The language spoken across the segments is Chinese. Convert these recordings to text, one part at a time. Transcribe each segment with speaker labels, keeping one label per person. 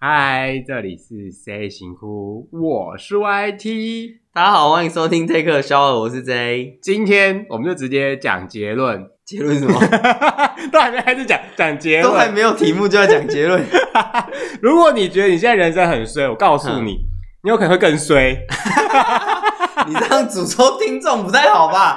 Speaker 1: 嗨，这里是 C 型哭，我是 YT。
Speaker 2: 大家好，欢迎收听 Take a Shower，我是 J。
Speaker 1: 今天我们就直接讲结 论，
Speaker 2: 结论是什么？
Speaker 1: 都 还没啊开始讲讲结
Speaker 2: 都还
Speaker 1: 论。
Speaker 2: 没有题目就要讲结 论，
Speaker 1: 如果你觉得你现在人生很衰，我告诉
Speaker 2: 嗯
Speaker 1: 你，你有可能会更衰。
Speaker 2: 你这样诅咒听众不太好 吧？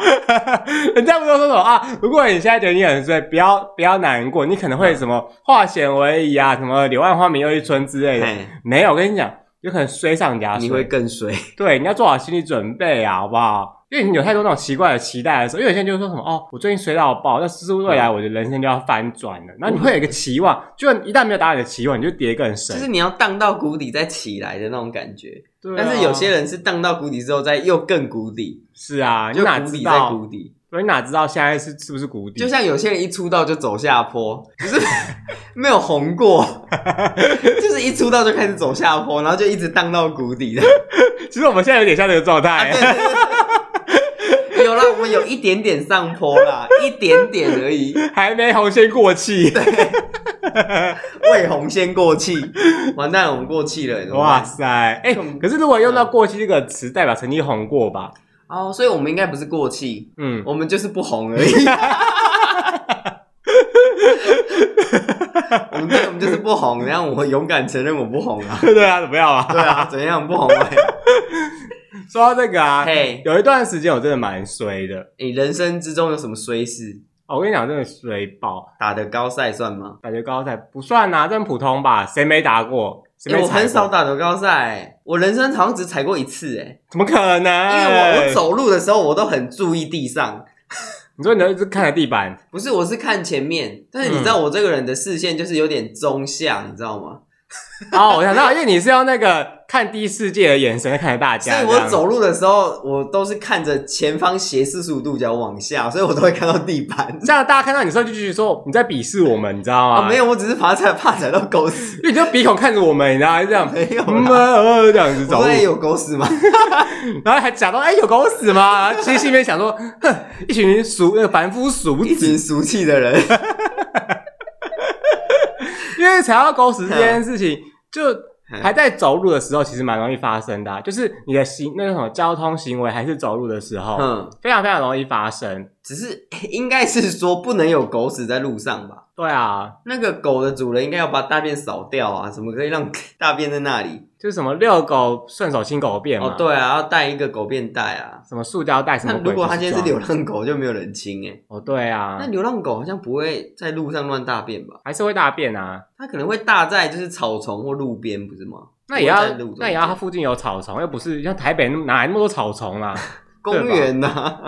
Speaker 1: 人家不都说什么啊？如果你现在觉得你很衰，不要不要难过，你可能
Speaker 2: 嗯
Speaker 1: 会什么化险为夷啊，什么柳暗花明又一村之类的。
Speaker 2: 嘿
Speaker 1: 没有，我跟你讲，有可能衰上加衰。
Speaker 2: 哎你会更衰。
Speaker 1: 对，你要做好心理准备啊，好不好？因为你有太多那种奇怪的期待的时候，因为有些人就会说什么哦，我最近衰到爆，那是不是未来我的人生就要翻转了？然后你会有一个期望，就一旦没有达到你的期望，你就跌更深。
Speaker 2: 就是你要荡到谷底再起来的那种感觉，
Speaker 1: 对啊
Speaker 2: 但是有些人是荡到谷底之后再又更谷底，
Speaker 1: 是啊，你
Speaker 2: 就
Speaker 1: 哪
Speaker 2: 谷
Speaker 1: 知
Speaker 2: 底再
Speaker 1: 道？嗯
Speaker 2: 谷底。
Speaker 1: 对，你哪知道现在是是不是谷底？
Speaker 2: 就像有些人一出道就走下坡，就是 没有红过， 就是一出道就开始走下坡，然后就一直荡到谷 底的。
Speaker 1: 其实我们现在有点像这个状
Speaker 2: 啊
Speaker 1: 态、
Speaker 2: 有啦，我们有一点点上坡啦，一点点而已，
Speaker 1: 还没红先过气。
Speaker 2: 魏红先过气，完蛋了，我们过气了，怎么
Speaker 1: 哇
Speaker 2: 办？
Speaker 1: 塞，哎、可是如果用到“过气”这个词，代表曾经红过吧？
Speaker 2: 哦，所以我们应该不是过气，
Speaker 1: 嗯，
Speaker 2: 我们就是不红 而已。我们对，我们就是不红，然后我勇敢承认我不红啊。
Speaker 1: 对啊，怎么样啊？
Speaker 2: 对啊，怎样不红、 欸？
Speaker 1: 说到这个啊，
Speaker 2: 嘿、
Speaker 1: 有一段时间我真的蛮衰的。
Speaker 2: 你人生之中有什么衰事？
Speaker 1: 哦，我跟你讲，真的水爆，
Speaker 2: 打的高赛算吗？
Speaker 1: 打球高赛不算啊，这很普通吧？谁没打过？谁
Speaker 2: 欸、
Speaker 1: 没
Speaker 2: 我
Speaker 1: 踩过
Speaker 2: 很少，打的高赛、我人生好像只踩过一次、欸，
Speaker 1: 怎么可能？
Speaker 2: 因为我我，走路的时候我都很注意地上，
Speaker 1: 你说你都一直看着地板，
Speaker 2: 不是我是看前面，但是你
Speaker 1: 嗯
Speaker 2: 知道我这个人的视线就是有点中下，你知道吗？
Speaker 1: 哦，我想到，因为你是用那个看第一世界的眼神在看着大
Speaker 2: 所
Speaker 1: 家，
Speaker 2: 以
Speaker 1: 这
Speaker 2: 我
Speaker 1: 样
Speaker 2: 走路的时候我都是看着前方斜四十五度角往下，所以我都会看到地板。
Speaker 1: 这样，大家看到你的时候就觉得说你在鄙视我们，你知道吗？
Speaker 2: 啊，没，有，我只是怕踩 怕踩到狗屎，
Speaker 1: 因为你就鼻孔看着我们，你知道吗？就这样，
Speaker 2: 没有
Speaker 1: 嗯
Speaker 2: 啦。
Speaker 1: 呃这样子走
Speaker 2: 我
Speaker 1: 路
Speaker 2: 说，欸有狗屎吗？
Speaker 1: 然后还假装哎有狗屎吗？然后其实心里面想说，哼，一群俗那个凡夫俗
Speaker 2: 一
Speaker 1: 子，
Speaker 2: 群俗气的人，
Speaker 1: 因为踩到狗屎这件事情，就
Speaker 2: 嗯
Speaker 1: 还在走路的时候，其实蛮容易发生的啊、就是你的行那个什么交通行为，还是走路的时候，
Speaker 2: 嗯，
Speaker 1: 非常非常容易发生。
Speaker 2: 只是欸应该是说不能有狗屎在路上吧？
Speaker 1: 对啊，
Speaker 2: 那个狗的主人应该要把大便扫掉啊，怎么可以让大便在那里？
Speaker 1: 就是什么遛狗顺手亲狗便嘛，
Speaker 2: 哦，对啊，要带一个狗便袋啊。
Speaker 1: 什么塑胶袋什么
Speaker 2: 那
Speaker 1: 鬼。
Speaker 2: 如果它
Speaker 1: 就
Speaker 2: 今天是
Speaker 1: 装
Speaker 2: 流浪狗，就没有人亲哎、
Speaker 1: 哦，对啊
Speaker 2: 那，流浪狗好像不会在路上乱大便吧？
Speaker 1: 还是会大便啊。
Speaker 2: 它可能会大在就是草丛或路边，不是吗？
Speaker 1: 那也
Speaker 2: 不
Speaker 1: 要
Speaker 2: 会在路中间
Speaker 1: 那也要它附近有草丛，又不是像台北那么哪来那么多草丛 啦、
Speaker 2: 公园啊呐、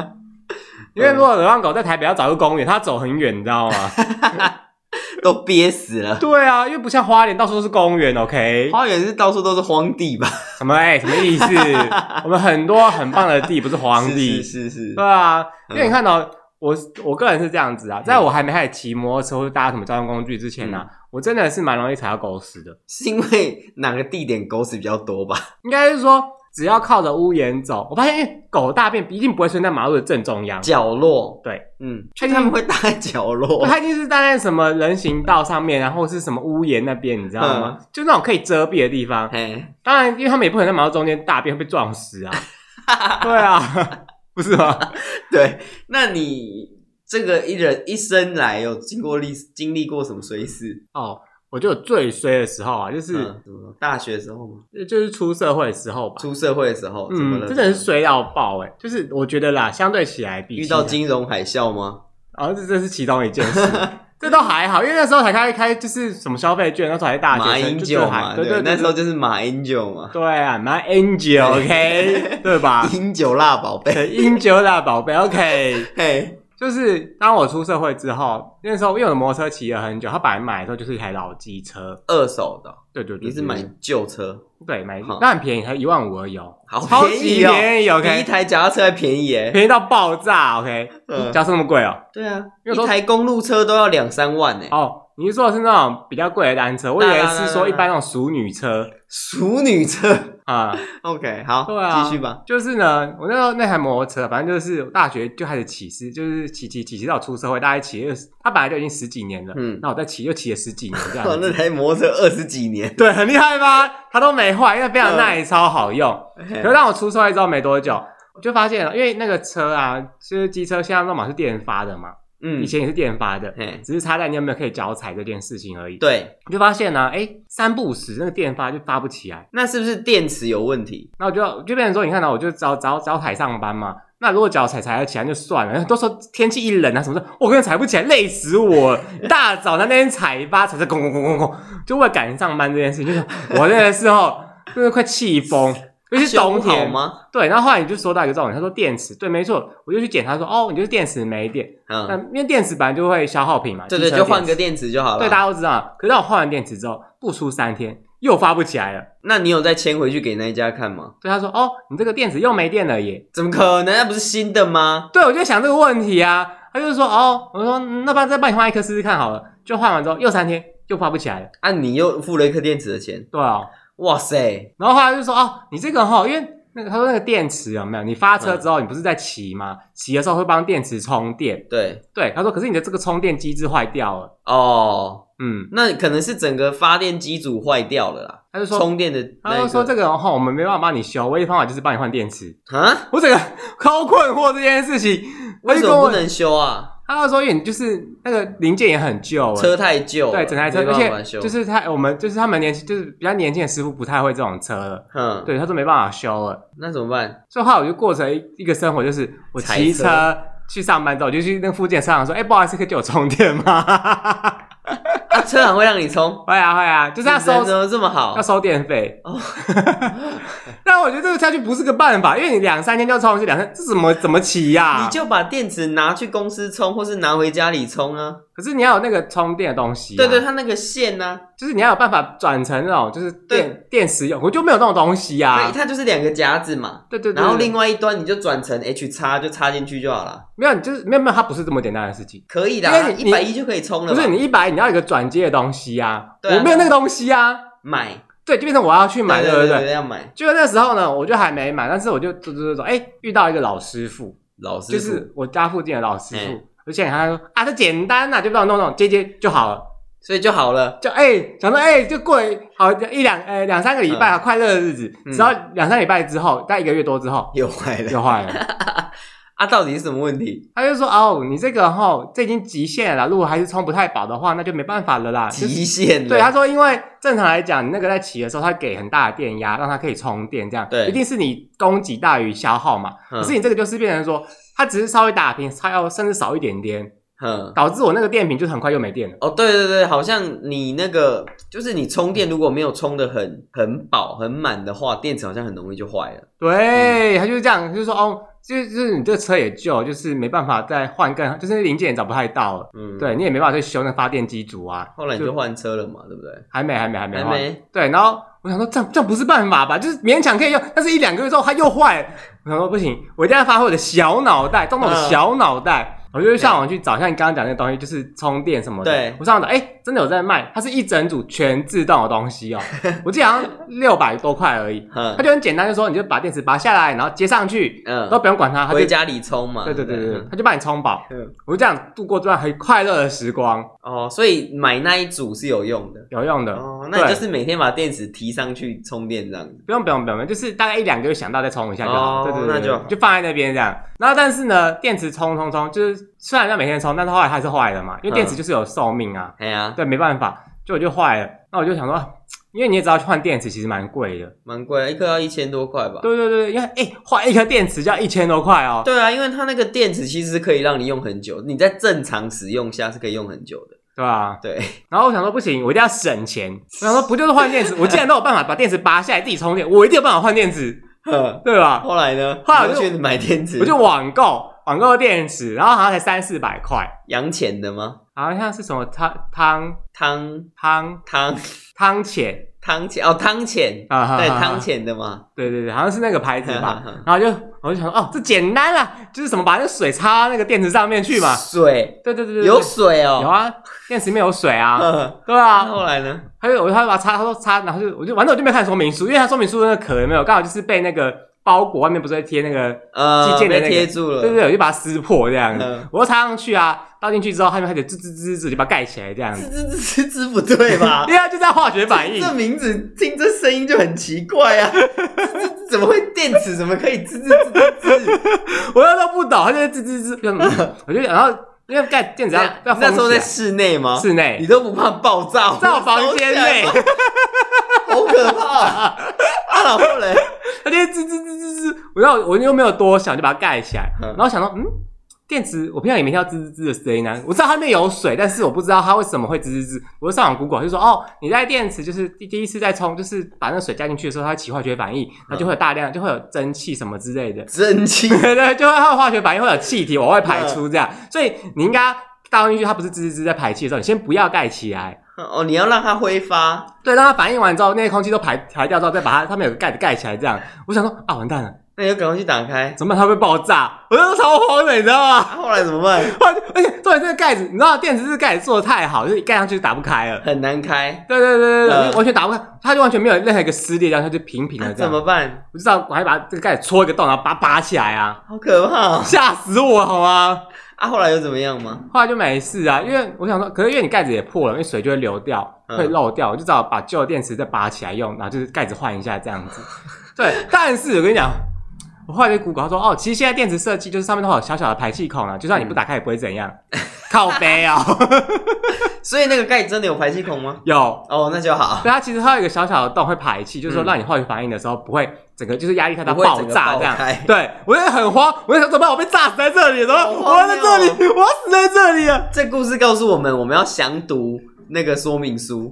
Speaker 1: 因
Speaker 2: 嗯
Speaker 1: 为如果流浪狗在台北要找个公园，它走很远，你知道吗？
Speaker 2: 都憋死了。
Speaker 1: 对啊，因为不像花莲到处都是公园，OK？
Speaker 2: 花园是到处都是荒地吧？
Speaker 1: 什么哎、什么 意思？我们很多很棒的地不是荒地，
Speaker 2: 是是是是
Speaker 1: 对，啊，因为
Speaker 2: 嗯
Speaker 1: 你看到、我，我个人是这样子啊，在我还没开始骑摩托车或者搭什么交通工具之前呢、
Speaker 2: 嗯
Speaker 1: 啊，我真的是蛮容易踩到狗屎的。
Speaker 2: 是因为哪个地点狗屎比较多吧？
Speaker 1: 应该是说，只要靠着屋檐走，我发现因为狗大便一定不会出现在马路的正中央，
Speaker 2: 角落，
Speaker 1: 对，
Speaker 2: 嗯，
Speaker 1: 确定
Speaker 2: 他们会搭在 角落，
Speaker 1: 它一定是站在什么人行道上面，然后是什么屋檐那边，你知道吗？就那种可以遮蔽的地方。
Speaker 2: 嗯嘿，
Speaker 1: 当然，因为他们也不可能在马路中间大便会被撞死 啊。对啊， 不是吗？
Speaker 2: 对。那你这个一人一生来有经过历经历过什么衰事？
Speaker 1: 哦，我觉得我最衰的时候啊，就是、
Speaker 2: 嗯怎么了大学的时候吗？
Speaker 1: 就是出社会的时候吧。
Speaker 2: 出社会的时候，怎么
Speaker 1: 嗯，
Speaker 2: 了？
Speaker 1: 真的是衰到爆哎、就是我觉得啦，相对起来比起
Speaker 2: 遇到
Speaker 1: 来，
Speaker 2: 金融海啸吗？
Speaker 1: 哦，这这是其中一件事， 这都还好，因为那时候才开开就是什么消费券，那时候还大
Speaker 2: 马
Speaker 1: 学
Speaker 2: 英
Speaker 1: 生，
Speaker 2: 九
Speaker 1: 就
Speaker 2: 嘛，
Speaker 1: 还
Speaker 2: 对
Speaker 1: 对
Speaker 2: 不
Speaker 1: 对，
Speaker 2: 那时
Speaker 1: 候
Speaker 2: 候就是马英九嘛，
Speaker 1: 对啊，买 Angel，OK，对吧？
Speaker 2: 英九辣宝 贝，
Speaker 1: 对，Angel 啦，宝贝，OK，
Speaker 2: 嘿，
Speaker 1: 就是当我出社会之后，那时候因为我的摩托车骑了很久，他本来买的时候就是一台老机车，
Speaker 2: 二手的，
Speaker 1: 对对对，
Speaker 2: 你是
Speaker 1: 对
Speaker 2: 买旧车，
Speaker 1: 对买
Speaker 2: 好
Speaker 1: 那很便宜，才一万五而已哦，
Speaker 2: 好
Speaker 1: 超级
Speaker 2: 便宜哦
Speaker 1: 便宜
Speaker 2: 比一
Speaker 1: ，OK，
Speaker 2: 台脚踏车还便宜耶。
Speaker 1: 便宜到爆炸，OK，
Speaker 2: 嗯
Speaker 1: 加上那么贵哦。
Speaker 2: 对啊，
Speaker 1: 因为
Speaker 2: 一
Speaker 1: 都
Speaker 2: 台公路车都要两三万呢。
Speaker 1: 哦，你是说的是那种比较贵的单车？我以为是说一般那种熟女车
Speaker 2: 熟女车
Speaker 1: 啊。
Speaker 2: ，OK，好，
Speaker 1: 对啊
Speaker 2: 继续吧。
Speaker 1: 就是呢，我那时候那台摩托车，反正就是我大学就开始骑，是就是骑骑骑骑到出社会，大概骑二十，它本来就已经十几年了，
Speaker 2: 嗯
Speaker 1: 那我再骑又骑了十几年这样
Speaker 2: 哇
Speaker 1: 子。
Speaker 2: 那台摩托车二十几年，
Speaker 1: 对，很厉害吧？它都没坏，因为非
Speaker 2: 嗯
Speaker 1: 常耐，超好用。可是
Speaker 2: 嘿
Speaker 1: 当我出社会之后没多久，我就发现了，因为那个车啊，就是机车现在都嘛是电发的嘛，
Speaker 2: 嗯
Speaker 1: 以，前也是电发的，
Speaker 2: 嘿，
Speaker 1: 只是差在你有没有可以脚踩这件事情而已。
Speaker 2: 对，
Speaker 1: 我就发现呢、啊，哎，三不五时那个电发就发不起来，
Speaker 2: 那是不是电池有问题？
Speaker 1: 那我就就变成说，你看啊到、我就早早早踩上班嘛。那如果脚踩踩得起来就算了，都说天气一冷啊什么的，我根本踩不起来，累死我！大早上那天踩一巴，踩着咣咣咣咣咣，就为了赶上班这件事情，就是我那个时候真的快气疯，尤其是冬
Speaker 2: 啊修好
Speaker 1: 天。
Speaker 2: 吗？
Speaker 1: 对，然后后来你就说到一个重点，他说电池，对，没错，我就去检查说，哦，你就是电池没电，那
Speaker 2: 嗯，
Speaker 1: 因为电池本来就会消耗品嘛，
Speaker 2: 对
Speaker 1: 机
Speaker 2: 对，
Speaker 1: 车
Speaker 2: 就换
Speaker 1: 电池
Speaker 2: 个电池就好了。
Speaker 1: 对，大家都知道。可是当我换完电池之后，不出三天又发不起来了。
Speaker 2: 那你有再牵回去给那一家看吗？
Speaker 1: 对，他说：“哦，你这个电池又没电了耶。
Speaker 2: 怎么可能？那不是新的吗”？
Speaker 1: 对，我就想这个问题啊。他就说：“哦，我说嗯那不然再帮你换一颗试试看好了。”就换完之后又三天又发不起来了。
Speaker 2: 啊，你又付了一颗电池的钱，
Speaker 1: 对哦，
Speaker 2: 哇塞，
Speaker 1: 然后后来就说：“哦，你这个哈、因为那个他说那个电池有没有？你发车之后你不是在骑吗？骑的时候会帮电池充电。
Speaker 2: 对
Speaker 1: 对，他说可是你的这个充电机制坏掉了。
Speaker 2: 哦，
Speaker 1: 嗯，
Speaker 2: 那可能是整个发电机组坏掉了啦，
Speaker 1: 他就说。”
Speaker 2: 充电的
Speaker 1: 他
Speaker 2: 那
Speaker 1: 就
Speaker 2: 一
Speaker 1: 说：“这
Speaker 2: 个
Speaker 1: 个哈、我们没办法帮你修，唯一方法就是帮你换电池。
Speaker 2: 啊，”
Speaker 1: 我整个 超困惑这件事情。他
Speaker 2: 为
Speaker 1: 就
Speaker 2: 什
Speaker 1: 跟
Speaker 2: 么
Speaker 1: 我
Speaker 2: 不能修啊？
Speaker 1: 他那时候因为你就是那个零件也很旧了，
Speaker 2: 车太旧了，
Speaker 1: 对整台车，
Speaker 2: 没
Speaker 1: 而
Speaker 2: 办法
Speaker 1: 且
Speaker 2: 修，
Speaker 1: 就是他我们就是他们年轻就是比较年轻的师傅不太会这种车了，
Speaker 2: 嗯，
Speaker 1: 对，他说没办法修了，
Speaker 2: 那怎么办？
Speaker 1: 所以后来我就过着一一个生活，就是我骑
Speaker 2: 踩
Speaker 1: 车去上班之后，我就去那个附近的车行说，哎、不好意思，可以借我充电吗？
Speaker 2: 啊，车行会让你充，
Speaker 1: 会啊会啊，就是要
Speaker 2: 人怎
Speaker 1: 收
Speaker 2: 么这么好
Speaker 1: 要？收电费。
Speaker 2: 哦
Speaker 1: 但我觉得这个下去不是个办法，因为你两三天就要充一次，两三这怎么怎么骑呀、
Speaker 2: 你就把电池拿去公司充，或是拿回家里充啊。
Speaker 1: 可是你要有那个充电的东西、啊，
Speaker 2: 对对，它那个线啊呢、
Speaker 1: 就是你要有办法转成那种就是电电池用，我就没有那种东西
Speaker 2: 啊，它
Speaker 1: 啊。
Speaker 2: 它就是两个夹子嘛，
Speaker 1: 对对对，
Speaker 2: 然后另
Speaker 1: 外
Speaker 2: 外一端你就转成 H 叉，就插进去就好了。
Speaker 1: 没有，你就是没有没有，它不是这么简单的事情。
Speaker 2: 可以
Speaker 1: 因
Speaker 2: 啦，
Speaker 1: 为你
Speaker 2: 一百一就可以充了
Speaker 1: 不
Speaker 2: 吧。
Speaker 1: 是你一百，你要有一个转接的东西啊，
Speaker 2: 对啊
Speaker 1: 我没有那个东西啊，
Speaker 2: 买，
Speaker 1: 对，就变成我要去买，
Speaker 2: 对
Speaker 1: 对不
Speaker 2: 对
Speaker 1: 对？
Speaker 2: 要买。
Speaker 1: 就那时候呢，我就还没买，但是我就走走走走，哎，遇到一个老师傅，
Speaker 2: 老师
Speaker 1: 就是我家附近的老师
Speaker 2: 嗯
Speaker 1: 傅，我就想他说啊，这简单呐，就帮我弄弄接接就好了，
Speaker 2: 所以就好了。
Speaker 1: 就哎想说哎，就过好一两呃两三个礼拜啊，快乐的日子，
Speaker 2: 嗯
Speaker 1: 只要两三礼拜之后，大概一个月多之后
Speaker 2: 又坏了
Speaker 1: 就坏了。
Speaker 2: 啊！到底是什么问题？
Speaker 1: 他就说：“哦，你这个吼，这已经极限了啦，如果还是充不太饱的话，那就没办法了啦。就是”
Speaker 2: 极限了。
Speaker 1: 对，他说，因为正常来讲，你那个在骑的时候，它给很大的电压，让它可以充电，这样
Speaker 2: 对
Speaker 1: 一定是你供给大于消耗嘛。
Speaker 2: 嗯
Speaker 1: 可是你这个就是变成说，它只是稍微打平，它要甚至少一点点，
Speaker 2: 嗯，
Speaker 1: 导致我那个电瓶就很快又没电了。
Speaker 2: 哦，对对对，好像你那个就是你充电如果没有充的很很饱很满的话，电池好像很容易就坏了。嗯
Speaker 1: 对，他就是这样，就是说哦，就是就是你这个车也旧，就是没办法再换更，就是零件也找不太到了，
Speaker 2: 嗯，。
Speaker 1: 对你也没办法去修那个发电机组啊。
Speaker 2: 后来你就换车了嘛，对不对？
Speaker 1: 还没还没还没
Speaker 2: 还
Speaker 1: 换
Speaker 2: 没
Speaker 1: 对，然后我想说这样这样不是办法吧，就是勉强可以用，但是一两个月之后它又坏了，我想说不行，我一定要发挥我的小脑袋，动动
Speaker 2: 嗯
Speaker 1: 我的小脑袋。我就上网去找，像你刚刚讲那个东西，就是充电什么的。
Speaker 2: 对
Speaker 1: 我上网找，哎、真的有在卖，它是一整组全自动的东西哦、我记得好像六百多块而已。它
Speaker 2: 嗯
Speaker 1: 就很简单，就说你就把电池拔下来，然后接上去，
Speaker 2: 嗯
Speaker 1: 都不用管它，它就
Speaker 2: 回家里充嘛。
Speaker 1: 对对对
Speaker 2: 不
Speaker 1: 对对，它就帮你充饱。
Speaker 2: 嗯
Speaker 1: 我就这样度过这段很快乐的时光，
Speaker 2: 哦，所以买那一组是有用的。
Speaker 1: 有用的。
Speaker 2: 哦，那你
Speaker 1: 对
Speaker 2: 就是每天把电池提上去充电这样子。
Speaker 1: 不用不用不用，就是大概一两个月想到再充一下就好。
Speaker 2: 哦
Speaker 1: 对对对，
Speaker 2: 那就好
Speaker 1: 就放在那边这样。然后但是呢，电池充充充，就是虽然要每天充，但是后来还是坏了嘛，因为电池就是有寿命啊。
Speaker 2: 哎呀，
Speaker 1: 对，没办法，就我就坏了。那我就想说，啊因为你也知道换电池其实蛮贵的。
Speaker 2: 蛮贵的，一颗要一千多块吧。
Speaker 1: 对对对，因为哎换一颗电池就要一千多块哦。
Speaker 2: 对啊，因为它那个电池其实是可以让你用很久，你在正常使用下是可以用很久的。
Speaker 1: 对啊，
Speaker 2: 对，
Speaker 1: 然后我想说不行，我一定要省钱。我想说不就是换电 池？我既然都有办法把电池拔下来自己充电，我一定有办法换电池，
Speaker 2: 呵
Speaker 1: 对吧？
Speaker 2: 后来呢？
Speaker 1: 后来我
Speaker 2: 你
Speaker 1: 就
Speaker 2: 又去买电池，
Speaker 1: 我就网购网购电池，然后好像才三四百块，
Speaker 2: 洋钱的吗？
Speaker 1: 好像是什么汤汤
Speaker 2: 汤
Speaker 1: 汤
Speaker 2: 汤
Speaker 1: 汤浅
Speaker 2: 汤浅哦，汤浅，
Speaker 1: 啊哈，
Speaker 2: 对，
Speaker 1: 哈
Speaker 2: 汤，浅的嘛，
Speaker 1: 对对对，好像是那个牌子吧
Speaker 2: 哈哈哈。
Speaker 1: 然后就我就想说，哦，这简单啦，就是什么把那个水插到那个垫子上面去嘛。
Speaker 2: 水
Speaker 1: 对对对对，对
Speaker 2: 有水
Speaker 1: 有
Speaker 2: 哦，
Speaker 1: 啊，电池里面有水 啊。
Speaker 2: 呵
Speaker 1: 对
Speaker 2: 那
Speaker 1: 啊，
Speaker 2: 后来呢？
Speaker 1: 还有我他把它插，他说插，然后就我就反正我就没有看说明书，因为他说明书的那个壳有没有，刚好就是被那个包裹外面不是会贴那个
Speaker 2: 呃
Speaker 1: 寄，件的
Speaker 2: 被
Speaker 1: 那个
Speaker 2: 贴住了，
Speaker 1: 对对对，我就把它撕破这样子
Speaker 2: 嗯，
Speaker 1: 我就插上去啊，倒进去之后，它就开始吱吱吱吱就把它盖起来这样子。
Speaker 2: 这这这这不对 吧？
Speaker 1: 对啊，就在化学反应。
Speaker 2: 这名字听这声音就很奇怪啊！ 这这怎么会电池怎么可以吱吱吱吱吱？
Speaker 1: 我那时候不懂，他就在吱吱吱，嗯我就然后因为盖电子要要
Speaker 2: 啊那时
Speaker 1: 封
Speaker 2: 候
Speaker 1: 起
Speaker 2: 在
Speaker 1: 来
Speaker 2: 室内吗？
Speaker 1: 室
Speaker 2: 你
Speaker 1: 内，
Speaker 2: 都不怕爆炸？
Speaker 1: 在我房间内，
Speaker 2: 好可 怕啊！啊，然后嘞，
Speaker 1: 他就吱吱吱吱吱，我然后我又没有多想，就把它盖起来，
Speaker 2: 嗯
Speaker 1: 然后想到嗯。电池，我平常也没听到吱吱吱的声音啊。我知道它里面有水，但是我不知道它为什么会吱吱吱。我就上网 Google 就说，哦，你在电池就是第第一次在充，就是把那个水加进去的时候，它会起化学反应，它就会有大量，就会有蒸汽什么之类的。
Speaker 2: 真气
Speaker 1: 对对，就会它的化学反应会有气体往外排出，这样，所以你应该倒进去，它不是吱吱吱在排气的时候，你先不要盖起来，
Speaker 2: 哦！你要让它挥发，
Speaker 1: 对，让它反应完之后，那些空气都排排掉之后，再把它上面有个盖子盖起来，这样。我想说啊，完蛋了，
Speaker 2: 那你就赶快去打开。
Speaker 1: 怎么办？它会爆炸？我那时候超慌的，你知道吗？
Speaker 2: 啊，后来怎么办？
Speaker 1: 而且重点这个盖子，你知道电池这个盖子做的太好，就是一盖上去就打不开了。
Speaker 2: 很难开，
Speaker 1: 对对对对对，
Speaker 2: 嗯
Speaker 1: 就完全打不开，它就完全没有任何一个撕裂，然后它就平平的
Speaker 2: 那
Speaker 1: 这样。
Speaker 2: 啊怎么办？
Speaker 1: 不知道，我还把这个盖子戳一个洞，然后把它拔起来啊，
Speaker 2: 好可怕哦！
Speaker 1: 吓死我好吗？
Speaker 2: 啊，后来又怎么样吗？
Speaker 1: 后来就没事啊，因为我想说，可是因为你盖子也破了，因为水就会流掉，
Speaker 2: 嗯
Speaker 1: 会漏掉，我就只好把旧的电池再拔起来用，然后就是盖子换一下这样子。对， 但是我跟你讲，我后来就 Google 他说，哦，其实现在电池设计就是上面都有小小的排气孔啊，就算
Speaker 2: 嗯
Speaker 1: 你不打开也不会怎样。 靠背哦，
Speaker 2: 所以那个盖真的有排气孔吗？
Speaker 1: 有，
Speaker 2: 哦，那就好，
Speaker 1: 对它其实它有一个小小的洞会排气，就是说
Speaker 2: 嗯
Speaker 1: 让你化学反应的时候不会整个就是压力太大
Speaker 2: 不会
Speaker 1: 爆
Speaker 2: 整个
Speaker 1: 炸这样
Speaker 2: 爆开。
Speaker 1: 对，我就很慌，我就想怎么办？我被炸死在这里，怎么办？
Speaker 2: 好
Speaker 1: 我要
Speaker 2: 荒
Speaker 1: 在
Speaker 2: 谬
Speaker 1: 这
Speaker 2: 哦
Speaker 1: 里，我要死在这里啊！
Speaker 2: 这故事告诉我们，我们要详读那个说 明书。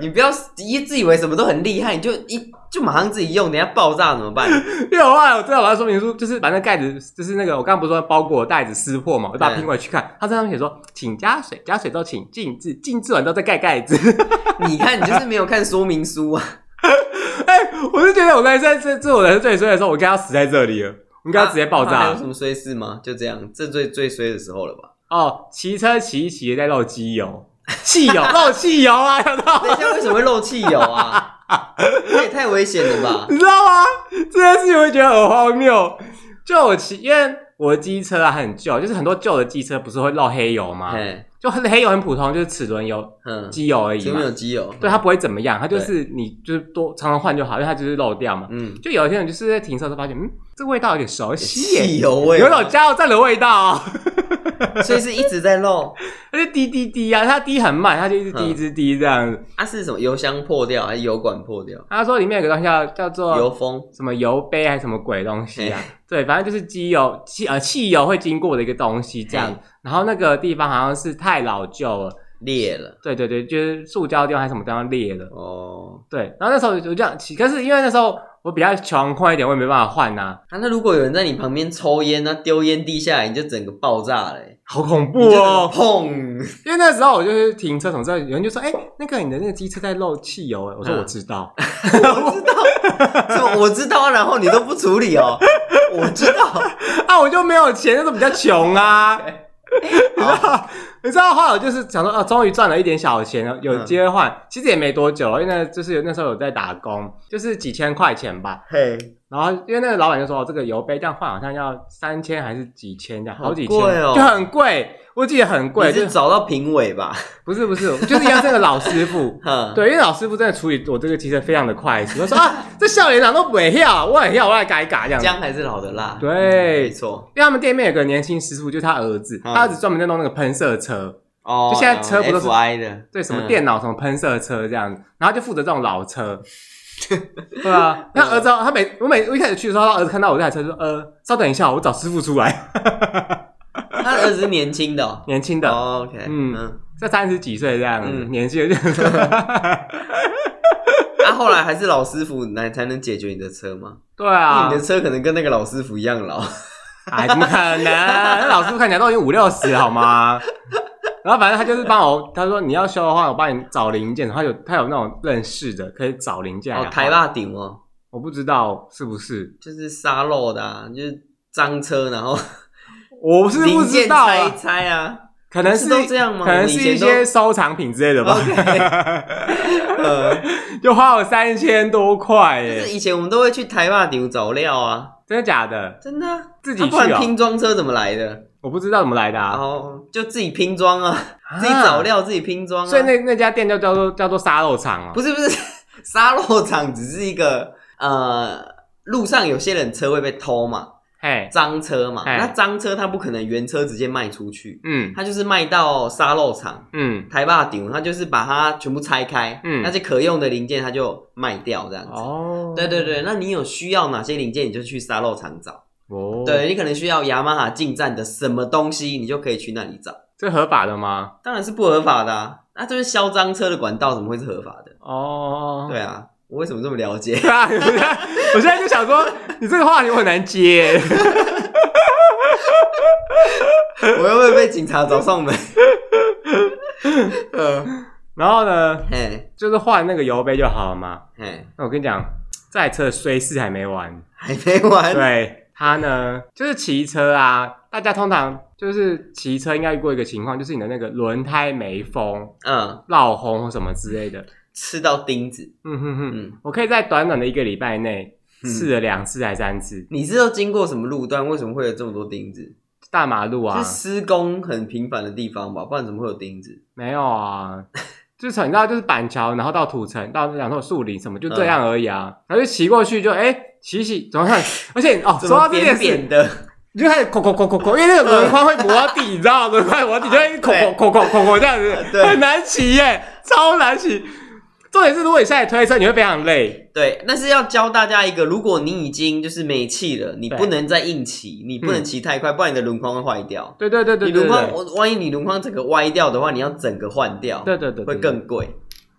Speaker 2: 你不要一自以为什么都很厉害，你就一就马上自己用，等一下爆炸怎么 办？
Speaker 1: 因为我后来我知道我要说明书，就是把那盖子，就是那个我刚刚不是说包裹袋子撕破嘛，我就把它拼回去看，它在上面写说，请加水，加水之后请静置，静置完之后再盖盖子。
Speaker 2: 你看，你就是没有看说明书啊！
Speaker 1: 哎、我就觉得我刚才在这这我人生最衰的时候，我应该要死在这里了，我应该要直接爆
Speaker 2: 啊
Speaker 1: 炸
Speaker 2: 还有什么衰事吗？就这样，这最最衰的时候了吧？
Speaker 1: 哦！骑车骑一骑在漏机油，汽油漏汽油啊， 有到
Speaker 2: 等一下为什么会漏汽油啊？ 这也太危险了吧！
Speaker 1: 你知道吗？这件事情我会觉得很荒谬。就我骑，因为我的机车啊很旧，就是很多旧的机车不是会漏黑油吗？
Speaker 2: 哎，
Speaker 1: 就很黑油很普通，就是齿轮油、
Speaker 2: 嗯，
Speaker 1: 机油而已
Speaker 2: 前
Speaker 1: 嘛
Speaker 2: 面。有机油，
Speaker 1: 对，啊它不会怎么样，它就是你就是多常常换就好，因为它就是漏掉嘛。
Speaker 2: 嗯，
Speaker 1: 就有一些人就是在停车的时候发现，嗯，这味道有点熟悉
Speaker 2: 汽
Speaker 1: 耶，
Speaker 2: 油味，啊
Speaker 1: 有种加油站的味道、哦，
Speaker 2: 所以是一直在漏。
Speaker 1: 它就滴滴滴啊，它滴很慢，它就一直滴
Speaker 2: 嗯
Speaker 1: 一直滴这样子。
Speaker 2: 啊，是什么？油箱破掉还是油管破掉？
Speaker 1: 他说里面有个东西叫叫做
Speaker 2: 油封？
Speaker 1: 什么油杯还是什么鬼东西啊？对，反正就是机油汽呃汽油会经过的一个东西这样
Speaker 2: 嘿。
Speaker 1: 然后那个地方好像是太老旧了，
Speaker 2: 裂了
Speaker 1: 对对对，就是塑胶地方还是什么地方裂了。
Speaker 2: 哦。
Speaker 1: 对，然后那时候我就这样骑，可是因为那时候我比较穷困一点，我也没办法换呐、
Speaker 2: 啊，那如果有人在你旁边抽烟，那丢烟滴下来，你就整个爆炸了、欸，
Speaker 1: 好恐
Speaker 2: 你
Speaker 1: 怖
Speaker 2: 就整个
Speaker 1: 哦！
Speaker 2: 砰！
Speaker 1: 因为那时候我就是停车什么之后，有人就说：“哎、那个你的那个机车在漏汽油。”哎，我说
Speaker 2: 嗯
Speaker 1: 我知道，
Speaker 2: 我知道，什么我知道，啊然后你都不处理哦，我知道，
Speaker 1: 啊，我就没有钱，那时候比较穷 啊。你知道， 你知道，后来我就是想说，啊，终于赚了一点小钱了，有
Speaker 2: 嗯
Speaker 1: 机会换。其实也没多久，因为那就是有那时候有在打工，就是几千块钱吧。
Speaker 2: 嘿，
Speaker 1: 然后因为那个老板就说，哦这个油杯这样换好像要三千还是几千这样，好几
Speaker 2: 好
Speaker 1: 千，
Speaker 2: 贵哦
Speaker 1: 就很贵。我记得很贵，
Speaker 2: 你
Speaker 1: 就是
Speaker 2: 找到评委吧？。
Speaker 1: 不是不是，就是一样这个老师傅
Speaker 2: 哼，
Speaker 1: 对，因为老师傅真的处理我这个机车非常的快速，他说啊，这笑脸长都不会跳，我也跳，我来改一改这样子。
Speaker 2: 姜还是老的辣，
Speaker 1: 对
Speaker 2: 没错。
Speaker 1: 因为他们店面有个年轻师傅，就是他儿子，
Speaker 2: 嗯
Speaker 1: 他儿子专门在弄那个喷射车，
Speaker 2: 哦
Speaker 1: 就现在车不都是
Speaker 2: I 的？
Speaker 1: 对，什么
Speaker 2: 嗯
Speaker 1: 电脑、什么喷射车这样子，然后就负责这种老 车。对啊，那儿子他每我每我一开始去的时候，他儿子看到我这台车就说：“呃，稍等一下，我找师傅出来。
Speaker 2: 他儿子是年轻的哦”。
Speaker 1: 年 轻的，
Speaker 2: 哦 OK，
Speaker 1: 嗯
Speaker 2: 嗯，
Speaker 1: 这三十几岁这样子，
Speaker 2: 嗯
Speaker 1: 年纪就
Speaker 2: 那啊后来还是老师傅来才能解决你的车吗？
Speaker 1: 对啊
Speaker 2: 因为，你的车可能跟那个老师傅一样老，
Speaker 1: 哎，怎么可能？那老师傅看起来都已经五六十好吗？然后反正他就是帮我，他说你要修的话，我帮你找零件。他有他有那种认识的，可以找零件来
Speaker 2: 哦
Speaker 1: 换。，
Speaker 2: 台蜡顶哦，
Speaker 1: 我不知道是不是，
Speaker 2: 就是沙漏的、啊，就是脏车，然后
Speaker 1: 我是不
Speaker 2: 零
Speaker 1: 知
Speaker 2: 件
Speaker 1: 道、
Speaker 2: 拆一
Speaker 1: 啊，
Speaker 2: 拆啊。
Speaker 1: 可能
Speaker 2: 是都这样吗
Speaker 1: 可能
Speaker 2: 我以
Speaker 1: 是
Speaker 2: 前
Speaker 1: 一些收藏品之类的吧。
Speaker 2: 呃，
Speaker 1: 就花了三千多块
Speaker 2: 就
Speaker 1: 耶、
Speaker 2: 是以前我们都会去台蜡顶找料啊，
Speaker 1: 真的假的？
Speaker 2: 真的、啊，
Speaker 1: 自己
Speaker 2: 啊
Speaker 1: 去
Speaker 2: 不
Speaker 1: 哦
Speaker 2: 然拼装车怎么来的？
Speaker 1: 我不知道怎么来的
Speaker 2: 然
Speaker 1: 啊，
Speaker 2: 后就自己拼装啊，
Speaker 1: 啊
Speaker 2: 自己找。料，自己拼装啊。
Speaker 1: 所以那那家店就叫做叫做沙漏厂哦。
Speaker 2: 不是不是，沙漏厂只是一个呃，路上有些人车会被偷嘛，
Speaker 1: 嘿，
Speaker 2: 脏车嘛，
Speaker 1: 哎
Speaker 2: 那脏车它不可能原车直接卖出去，
Speaker 1: 嗯
Speaker 2: 它就是卖到沙漏厂。
Speaker 1: 嗯，
Speaker 2: 台霸顶，它就是把它全部拆开，
Speaker 1: 嗯
Speaker 2: 那些可用的零件它就卖掉这样子。
Speaker 1: 哦，
Speaker 2: 对对对，那你有需要哪些零件，你就去沙漏厂找。
Speaker 1: 哦，，
Speaker 2: 对你可能需要雅马哈进站的什么东西，你就可以去那里找。
Speaker 1: 这合法的吗？
Speaker 2: 当然是不合法的啊，那、这是销赃车的管道，怎么会是合法的？
Speaker 1: 哦，
Speaker 2: 对啊，我为什么这么了解？
Speaker 1: 对 啊，我现在就想说，你这个话题我很难接。
Speaker 2: 我又会被警察找上门。 呃，
Speaker 1: 然后呢，
Speaker 2: 嘿，
Speaker 1: 就是换那个油杯就好了嘛。
Speaker 2: 嘿，
Speaker 1: 那我跟你讲，这台车的衰事还没完。
Speaker 2: 还没完。
Speaker 1: 对它呢，就是骑车啊，大家通常就是骑车应该遇过一个情况，就是你的那个轮胎没封、
Speaker 2: 嗯，
Speaker 1: 绕红或什么之类的。
Speaker 2: 吃到钉子。
Speaker 1: 嗯哼哼，
Speaker 2: 嗯，
Speaker 1: 我可以在短短的一个礼拜内
Speaker 2: 嗯
Speaker 1: 试了两次还三次，
Speaker 2: 你知道经过什么路段？为什么会有这么多钉子？
Speaker 1: 大马路啊
Speaker 2: 是，施工很频繁的地方吧？不然怎么会有钉子？
Speaker 1: 没有啊。就是从你知道，就是板桥，然后到土城，到两座树林什么，就
Speaker 2: 嗯
Speaker 1: 这样而已啊。然后就骑过去就，哎骑骑怎么看？而且哦，
Speaker 2: 怎
Speaker 1: 说
Speaker 2: 么
Speaker 1: 到这件
Speaker 2: 扁
Speaker 1: 事，
Speaker 2: 扁的？
Speaker 1: 你就开始扣扣扣扣扣，因为那个轮框会磨底，你知道吗轮框磨底就会扣扣
Speaker 2: 对
Speaker 1: 扣扣扣扣这样子，
Speaker 2: 对
Speaker 1: 很难骑耶，超难骑。重点是，如果你现在推车，你会非常累。
Speaker 2: 对，但是要教大家一个，如果你已经就是没气了，你
Speaker 1: 对
Speaker 2: 不能再硬骑，你不能骑太快，不然你的轮框会坏掉。
Speaker 1: 对对对对
Speaker 2: 你
Speaker 1: 对
Speaker 2: 轮
Speaker 1: 对
Speaker 2: 框，我万一你轮框整个歪掉的话，你要整个换掉，
Speaker 1: 对对对对
Speaker 2: 会。
Speaker 1: 对
Speaker 2: 更贵。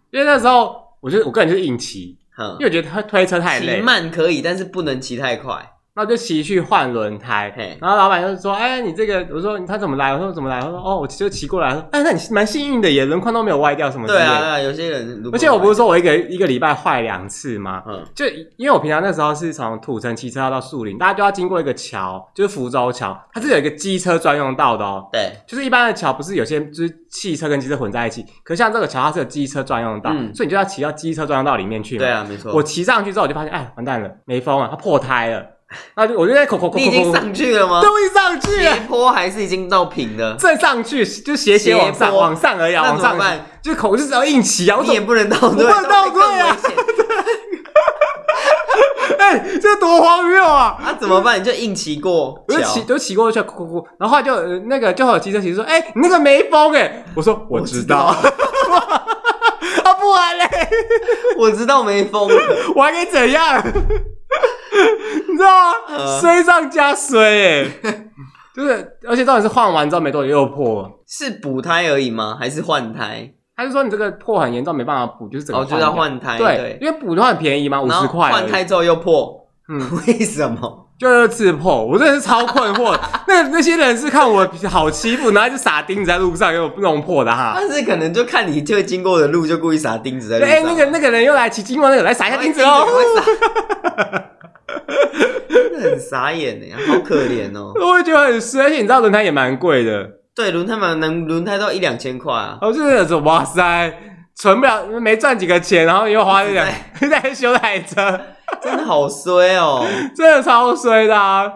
Speaker 1: 因为那时候，我觉得我个人就是硬骑，
Speaker 2: 嗯
Speaker 1: 因为，我觉得推推车太累
Speaker 2: 骑，慢可以，但是不能骑太快。
Speaker 1: 然后就骑去换轮胎
Speaker 2: 嘿。
Speaker 1: 然后老板就说：“哎，你这个，我说他怎么来？我说怎么来？他说哦，我就骑过来。他说哎，那你蛮幸运的耶，轮框都没有歪掉什么之类
Speaker 2: 对啊，
Speaker 1: 的。
Speaker 2: 对啊有些人如果
Speaker 1: 而且我不是说我一个一个礼拜坏两次吗？
Speaker 2: 嗯
Speaker 1: 就因为我平常那时候是从土城骑车要到树林，大家就要经过一个桥，就是福州桥，它是有一个机车专用道的哦。
Speaker 2: 对
Speaker 1: 就是一般的桥不是有些就是汽车跟机车混在一起，可是像这个桥它是有机车专用道，
Speaker 2: 嗯
Speaker 1: 所以你就要骑到机车专用道里面去嘛。
Speaker 2: 对啊，没错。
Speaker 1: 我骑上去之后我就发现，哎，完蛋了，没风了，它破胎了，那就我就 啊在口口口
Speaker 2: 你
Speaker 1: 口
Speaker 2: 已经
Speaker 1: 口，
Speaker 2: 上去了吗？
Speaker 1: 都一上去了，
Speaker 2: 斜坡还是已经到平了？
Speaker 1: 再上去就斜斜往
Speaker 2: 斜
Speaker 1: 上
Speaker 2: 坡
Speaker 1: 往上而已啊，
Speaker 2: 那
Speaker 1: 往
Speaker 2: 怎么
Speaker 1: 上
Speaker 2: 办？
Speaker 1: 就口就是要硬骑啊，我
Speaker 2: 你
Speaker 1: 怎
Speaker 2: 也
Speaker 1: 么
Speaker 2: 不能倒退，
Speaker 1: 我不能倒退啊
Speaker 2: 这样会更危险
Speaker 1: 哎，这多荒谬啊！
Speaker 2: 啊，怎么办？你就硬骑过
Speaker 1: 我就骑
Speaker 2: 桥。
Speaker 1: 就骑过去，哭哭哭，然后后来就、呃那个就有机车骑士说：“哎、你那个没风哎、我说：“我知道。” 啊，不然嘞，
Speaker 2: 我知道没风，
Speaker 1: 我还可以怎样？你知道吗？
Speaker 2: 呃
Speaker 1: 衰上加衰哎、就是而且重点是换完之后没多久又破了。
Speaker 2: 是补胎而已吗？还是换胎？
Speaker 1: 他就说你这个破很严重，没办法补，就是整个
Speaker 2: 哦，
Speaker 1: 换掉、
Speaker 2: 就是要换胎，
Speaker 1: 对，
Speaker 2: 对，
Speaker 1: 因为补的话很便宜嘛，五
Speaker 2: 然
Speaker 1: 十
Speaker 2: 后
Speaker 1: 块而已，
Speaker 2: 换胎之后又破，
Speaker 1: 嗯，
Speaker 2: 为什么？
Speaker 1: 就二次破，我真的是超困惑。 那那些人是看我好欺负，然后就撒钉子在路上给我弄破的哈。
Speaker 2: 但是可能就看你就会经过的路，就故意撒钉子在路
Speaker 1: 对，
Speaker 2: 上。
Speaker 1: 哎、那个那个人又来骑金光，那个来撒一下钉子
Speaker 2: 哦，
Speaker 1: 哦。
Speaker 2: 真的很傻眼呢，好可怜哦。
Speaker 1: 我也觉得很湿，而且你知道轮胎也蛮贵的，
Speaker 2: 对，轮胎嘛，能轮胎都一两千块啊。
Speaker 1: 我就是想说哇塞，存不了，没赚几个钱，然后又花了两 在修台车，
Speaker 2: 真的好衰哦，
Speaker 1: 真的超衰的、啊，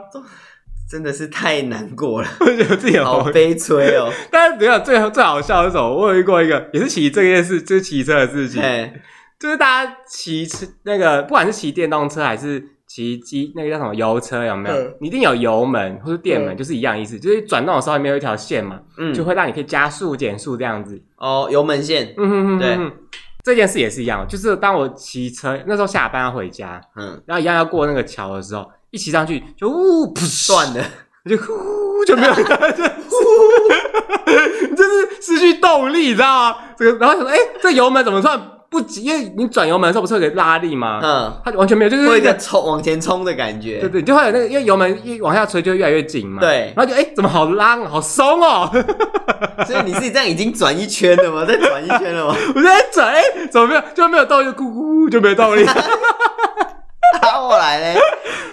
Speaker 2: 真的是太难 过了，
Speaker 1: 我觉得自己很
Speaker 2: 好
Speaker 1: 后悔。
Speaker 2: 悲催哦。
Speaker 1: 但是没有最后最好笑的是什么？我有遇过一个也是骑这件事，就是骑车的事情，
Speaker 2: 哎，
Speaker 1: 就是大家骑车那个，不管是骑电动车还是骑机那个叫什么油车，有没有？
Speaker 2: 嗯
Speaker 1: 你一定有油门或是电门，
Speaker 2: 嗯
Speaker 1: 就是一样意思，就是转动的时候里面有一条线嘛，
Speaker 2: 嗯
Speaker 1: 就，会让你可以加速减速这样子。
Speaker 2: 哦，油门线，
Speaker 1: 嗯哼哼
Speaker 2: 对
Speaker 1: 哼哼这件事也是一样，就是当我骑车那时候下班要回家，
Speaker 2: 嗯，
Speaker 1: 然后一样要过那个桥的时候，一骑上去就呜噗
Speaker 2: 断， 了，
Speaker 1: 就呼就没有， 就是就是失去动力，你知道吗？这个然后想说，哎、这油门怎么突然不急，因为你转油门的时候不是有个拉力吗？
Speaker 2: 嗯，
Speaker 1: 它完全没有，就是
Speaker 2: 会有一个冲往前冲的感觉。
Speaker 1: 对对，就会有那个，因为油门一往下吹就会越来越紧嘛。
Speaker 2: 对
Speaker 1: 然后就哎、怎么好拉，好松哦！
Speaker 2: 所以你是这样已经转一圈了吗？再转一圈 了吗？
Speaker 1: 我在转，哎、怎么没有，就没有动力，咕咕咕就没有 动力。
Speaker 2: 打我啊来嘞！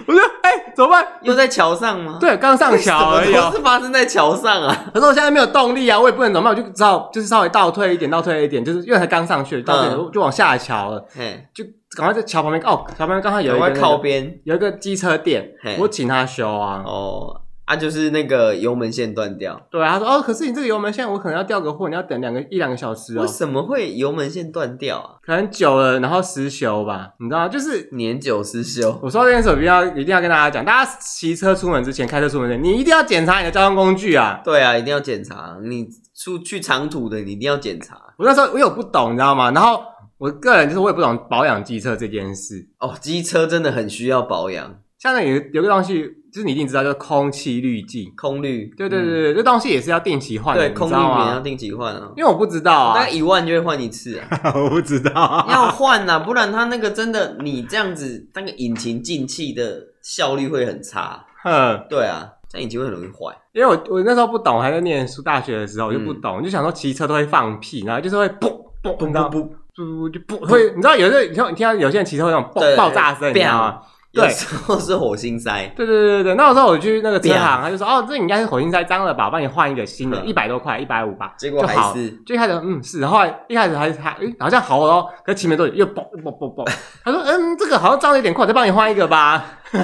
Speaker 1: 我说哎、怎么办？
Speaker 2: 又在桥上吗？，
Speaker 1: 对，刚上桥 而已、
Speaker 2: 都
Speaker 1: 哦。
Speaker 2: 是发生在桥上啊。
Speaker 1: 可是我现在没有动力啊，我也不能怎么办，我就只好就是稍微倒退一点，倒退一点，就是因为才刚上去，倒退、
Speaker 2: 嗯
Speaker 1: 就往下桥了，
Speaker 2: 嘿，
Speaker 1: 就赶快在桥旁边哦，桥旁边刚好有
Speaker 2: 赶
Speaker 1: 一个、
Speaker 2: 快
Speaker 1: 那
Speaker 2: 靠
Speaker 1: 个、
Speaker 2: 边
Speaker 1: 有一个机车店
Speaker 2: 嘿，
Speaker 1: 我请他修啊。
Speaker 2: 哦啊，就是那个油门线断掉。
Speaker 1: 对啊，他说哦，可是你这个油门现在我可能要调个货，你要等两个一两个小时哦
Speaker 2: 为，什么会油门线断掉啊？
Speaker 1: 可能久了，然后失修吧，你知道吗？就是
Speaker 2: 年久失修。
Speaker 1: 我说这件事，我一定要一定要跟大家讲，大家骑车出门之前、开车出门之前，你一定要检查你的交通工具啊。
Speaker 2: 对啊，一定要检查。你出去长途的，你一定要检查。
Speaker 1: 我那时候我有不懂，你知道吗？然后我个人就是我也不懂保养机车这件事，
Speaker 2: 哦，机车真的很需要保养，
Speaker 1: 像那有有个东西，就是你一定知道，就是空气滤镜。
Speaker 2: 空滤。
Speaker 1: 对对对对，这东西也是要定期
Speaker 2: 嗯
Speaker 1: 换的，
Speaker 2: 对，
Speaker 1: 你
Speaker 2: 空
Speaker 1: 知
Speaker 2: 滤
Speaker 1: 道
Speaker 2: 棉要
Speaker 1: 吗？
Speaker 2: 定期换啊。
Speaker 1: 因为我不知道
Speaker 2: 大
Speaker 1: 啊
Speaker 2: 概，一万就会换一次啊，
Speaker 1: 我不知道啊、
Speaker 2: 要换啊，不然它那个真的，你这样子那个引擎进气的效率会很差。
Speaker 1: 哼，
Speaker 2: 对啊，这样引擎会很容易坏。
Speaker 1: 因为我我那时候不懂，我还在念书，大学的时候我就不
Speaker 2: 嗯
Speaker 1: 懂，我就想说骑车都会放屁，然后就是会嘣嘣，你知道，
Speaker 2: 不，
Speaker 1: 噗就不会，你知道有时候你听你听到有些人骑车会有那种
Speaker 2: 对
Speaker 1: 爆爆炸声，你知道吗？对
Speaker 2: 有时候是火星塞。
Speaker 1: 对对对对对，那时候我去那个车
Speaker 2: 啪
Speaker 1: 行，他就说哦，这应该是火星塞脏了吧，我帮你换一个新的，
Speaker 2: 嗯
Speaker 1: 一百多块，一百五吧，
Speaker 2: 结果
Speaker 1: 就好
Speaker 2: 还是
Speaker 1: 最开始嗯是，然后后来一开始还还诶好像好了哦，可是骑没多久又嘣嘣嘣嘣，他说嗯这个好像脏的有点快，我再帮你换一个吧。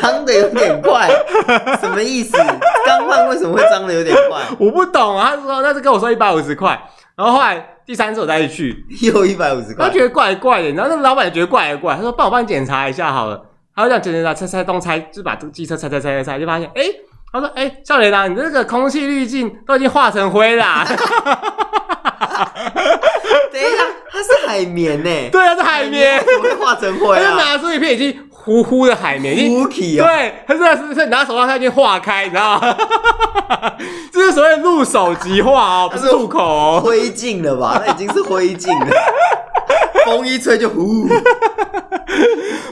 Speaker 2: 脏的有点快，什么意思？刚换为什么会脏的有点快？
Speaker 1: 我不懂啊，他说那是跟我说一百五十块，然后后来第三次我再去，
Speaker 2: 又一百五十
Speaker 1: 他
Speaker 2: 块
Speaker 1: 觉，得怪怪的，然后那个老板也觉得怪怪，他说帮我帮你检查一下好了，他就这样检查拆拆东拆，就把这个机车拆拆拆拆拆，就发现诶他说：“诶少年啊，你这个空气滤镜都已经化成灰啊啦、
Speaker 2: 等一下，啊它是海绵呢、
Speaker 1: 对啊，是海绵。
Speaker 2: 怎么会化成”灰
Speaker 1: 他就
Speaker 2: 啊
Speaker 1: 拿出一片已经糊糊的海绵，已经
Speaker 2: u k 啊，
Speaker 1: 对，他真的是是拿手上它就化开，你知道吗？ 这是所谓入手即化哦，不是入口哦。
Speaker 2: 灰烬了吧？那已经是灰烬了，风一吹就呼。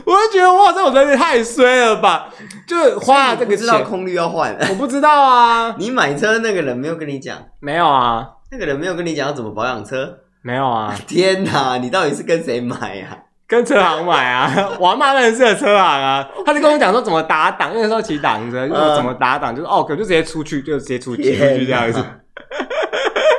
Speaker 1: 我就觉得哇，这种人也太衰了吧！就是花啊了这
Speaker 2: 你不
Speaker 1: 个
Speaker 2: 知道
Speaker 1: 钱，
Speaker 2: 空滤要换，
Speaker 1: 我不知道啊，
Speaker 2: 你买车那个人没有跟你讲，
Speaker 1: 没有啊，
Speaker 2: 那个人没有跟你讲要怎么保养车。
Speaker 1: 没有啊，
Speaker 2: 天哪，你到底是跟谁买啊呀、
Speaker 1: 跟车行买啊，我阿妈认识的车行啊，他就跟我讲说怎么打档，因为那时候骑挡车，就是怎么打档，就是哦，可就直接出去，就直接出去
Speaker 2: 嗯天
Speaker 1: 出
Speaker 2: 哪
Speaker 1: 去这样子，
Speaker 2: 啊？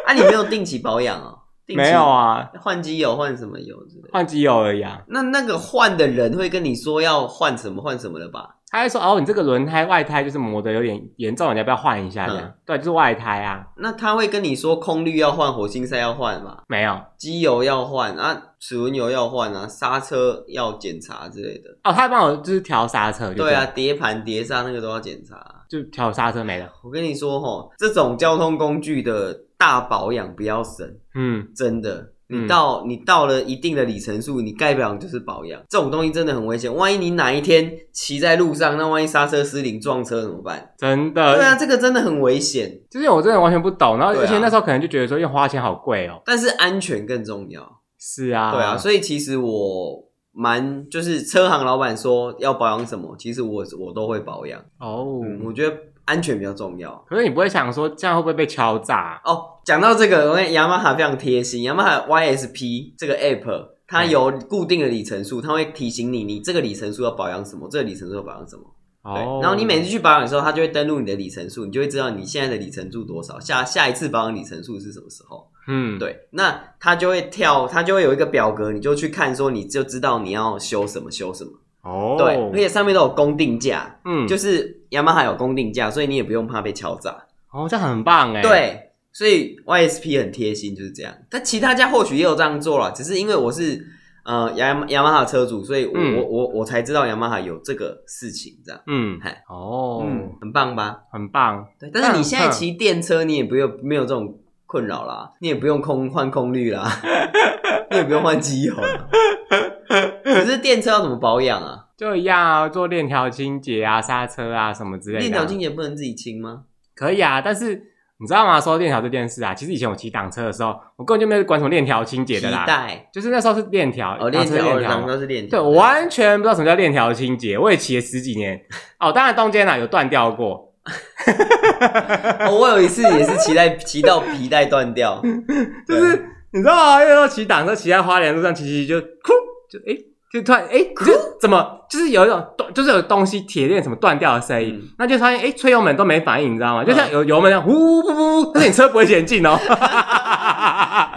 Speaker 2: 啊，你没有定期保养哦？定期
Speaker 1: 没有啊，
Speaker 2: 换机油换什么油之类的。
Speaker 1: 换机油而已啊。
Speaker 2: 那那个换的人会跟你说要换什么换什么的吧？
Speaker 1: 他还说哦，你这个轮胎外胎就是磨的有点严重，你要不要换一下？这
Speaker 2: 嗯
Speaker 1: 样、对，就是外胎啊，
Speaker 2: 那他会跟你说空滤要换，火星塞要换嘛，
Speaker 1: 没有。哦
Speaker 2: 机油要换啊，齿轮油要换啊，刹车要检查之类的。
Speaker 1: 哦，他帮我就是调刹车，就
Speaker 2: 对啊，
Speaker 1: 这样，
Speaker 2: 碟盘、碟刹那个都要检查。啊
Speaker 1: 就调刹车没了。
Speaker 2: 我跟你说吼，这种交通工具的大保养不要省，
Speaker 1: 嗯，
Speaker 2: 真的。你
Speaker 1: 嗯
Speaker 2: 到、你到了一定的里程数，你该保养就是保养。这种东西真的很危险，万一你哪一天骑在路上，那万一刹车失灵撞车怎么办？
Speaker 1: 真的，
Speaker 2: 对啊，这个真的很危险。
Speaker 1: 就是我真的完全不懂，然后
Speaker 2: 对
Speaker 1: 而
Speaker 2: 啊
Speaker 1: 且那时候可能就觉得说，因为花钱好贵哦。
Speaker 2: 但是安全更重要。
Speaker 1: 是啊，
Speaker 2: 对啊，所以其实我蛮就是车行老板说要保养什么，其实我我都会保养。
Speaker 1: 哦，
Speaker 2: 嗯，我觉得安全比较重要。
Speaker 1: 可是你不会想说这样会不会被敲诈？
Speaker 2: 哦，讲到这个，我跟雅马哈非常贴心，雅马哈 YSP 这个 app。它有
Speaker 1: 嗯
Speaker 2: 固定的里程数，它会提醒你，你这个里程数要保养什么，这个里程数要保养什么。对，
Speaker 1: 哦，
Speaker 2: 然后你每次去保养的时候，它就会登录你的里程数，你就会知道你现在的里程数多少，下下一次保养里程数是什么时候。
Speaker 1: 嗯，
Speaker 2: 对，那它就会跳，它就会有一个表格，你就去看，说你就知道你要修什么修什么。
Speaker 1: 哦，
Speaker 2: 对，而且上面都有公定价，
Speaker 1: 嗯，
Speaker 2: 就是是雅马哈有公定价，所以你也不用怕被敲诈。
Speaker 1: 哦，这样很棒哎。，
Speaker 2: 对，所以 YSP 很贴心，就是这样。但其他家或许也有这样做了，只是因为我是呃雅雅马哈车主，所以我、
Speaker 1: 嗯
Speaker 2: 我我我才知道雅马哈有这个事情，这样。
Speaker 1: 嗯
Speaker 2: 嗨，
Speaker 1: 哦，
Speaker 2: 嗯，很棒吧？
Speaker 1: 很棒。
Speaker 2: 对，但是你
Speaker 1: 嗯
Speaker 2: 现在
Speaker 1: 嗯
Speaker 2: 骑电车，你也不用没有这种困扰啦，你也不用空换空滤啦，你也不用换机油啦。可是电车要怎么保养啊？
Speaker 1: 就一样啊，做链条清洁啊、刹车啊什么之类的啊。
Speaker 2: 链条清洁不能自己清吗？
Speaker 1: 可以啊，但是你知道吗？说链条这件事啊，其实以前我骑挡车的时候，我根本就没有管什么链条清洁
Speaker 2: 皮
Speaker 1: 的啦，
Speaker 2: 带
Speaker 1: 就是那时候是链条，
Speaker 2: 哦，链
Speaker 1: 挡车
Speaker 2: 条，
Speaker 1: 链条
Speaker 2: 哦两
Speaker 1: 嘛
Speaker 2: 个。都是链
Speaker 1: 对，
Speaker 2: 条。
Speaker 1: 我完全不知道什么叫链条清洁，我也骑了十几年。哦，当然中间啊有断掉过，
Speaker 2: 哦我有一次也是骑带骑到皮带断掉，
Speaker 1: 就是你知道啊吗？那时候骑挡车骑在花莲路上，骑骑骑就哭，就诶，就突然诶，就怎么就是有一种断，就是有东西铁链什么断掉的声音，
Speaker 2: 嗯
Speaker 1: 那就发现诶，吹油门都没反应，你知道吗？就像
Speaker 2: 嗯
Speaker 1: 有油门那样，呼呼呼呼呼，但是你车不会前 进哦。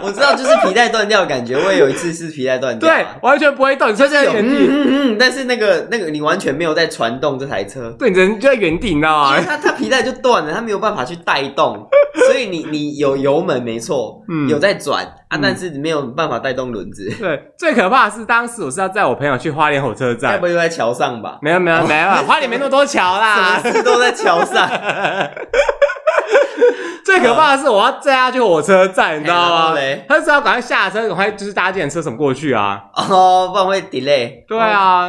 Speaker 2: 我知道就是皮带断掉的感觉。我也有一次是皮带断掉
Speaker 1: 对
Speaker 2: 啊，，
Speaker 1: 完全不会动，你车就在
Speaker 2: 有
Speaker 1: 原
Speaker 2: 嗯
Speaker 1: 地，
Speaker 2: 嗯嗯，但是那个那个你完全没有在传动这台车，
Speaker 1: 对，人就在原地，你知道吗
Speaker 2: 因为？它它皮带就断了，它没有办法去带动，所以你你有油门没错，
Speaker 1: 嗯
Speaker 2: 有在转啊，
Speaker 1: 嗯
Speaker 2: 但是没有办法带动轮子，
Speaker 1: 对，最可怕的是当时我是要载我朋友去花莲火车
Speaker 2: 该
Speaker 1: 站
Speaker 2: 不，会就在桥上吧？
Speaker 1: 没有没有没有，花莲没那么多桥啦。
Speaker 2: 哎 什么事都在桥 上，
Speaker 1: 最可怕的是我要载他去火车站，你知道
Speaker 2: 哎然后
Speaker 1: 吗
Speaker 2: 嘞？
Speaker 1: 他是要赶快下车，赶快就是搭电车什么过去啊？
Speaker 2: 哦，不然会 delay。
Speaker 1: 对啊。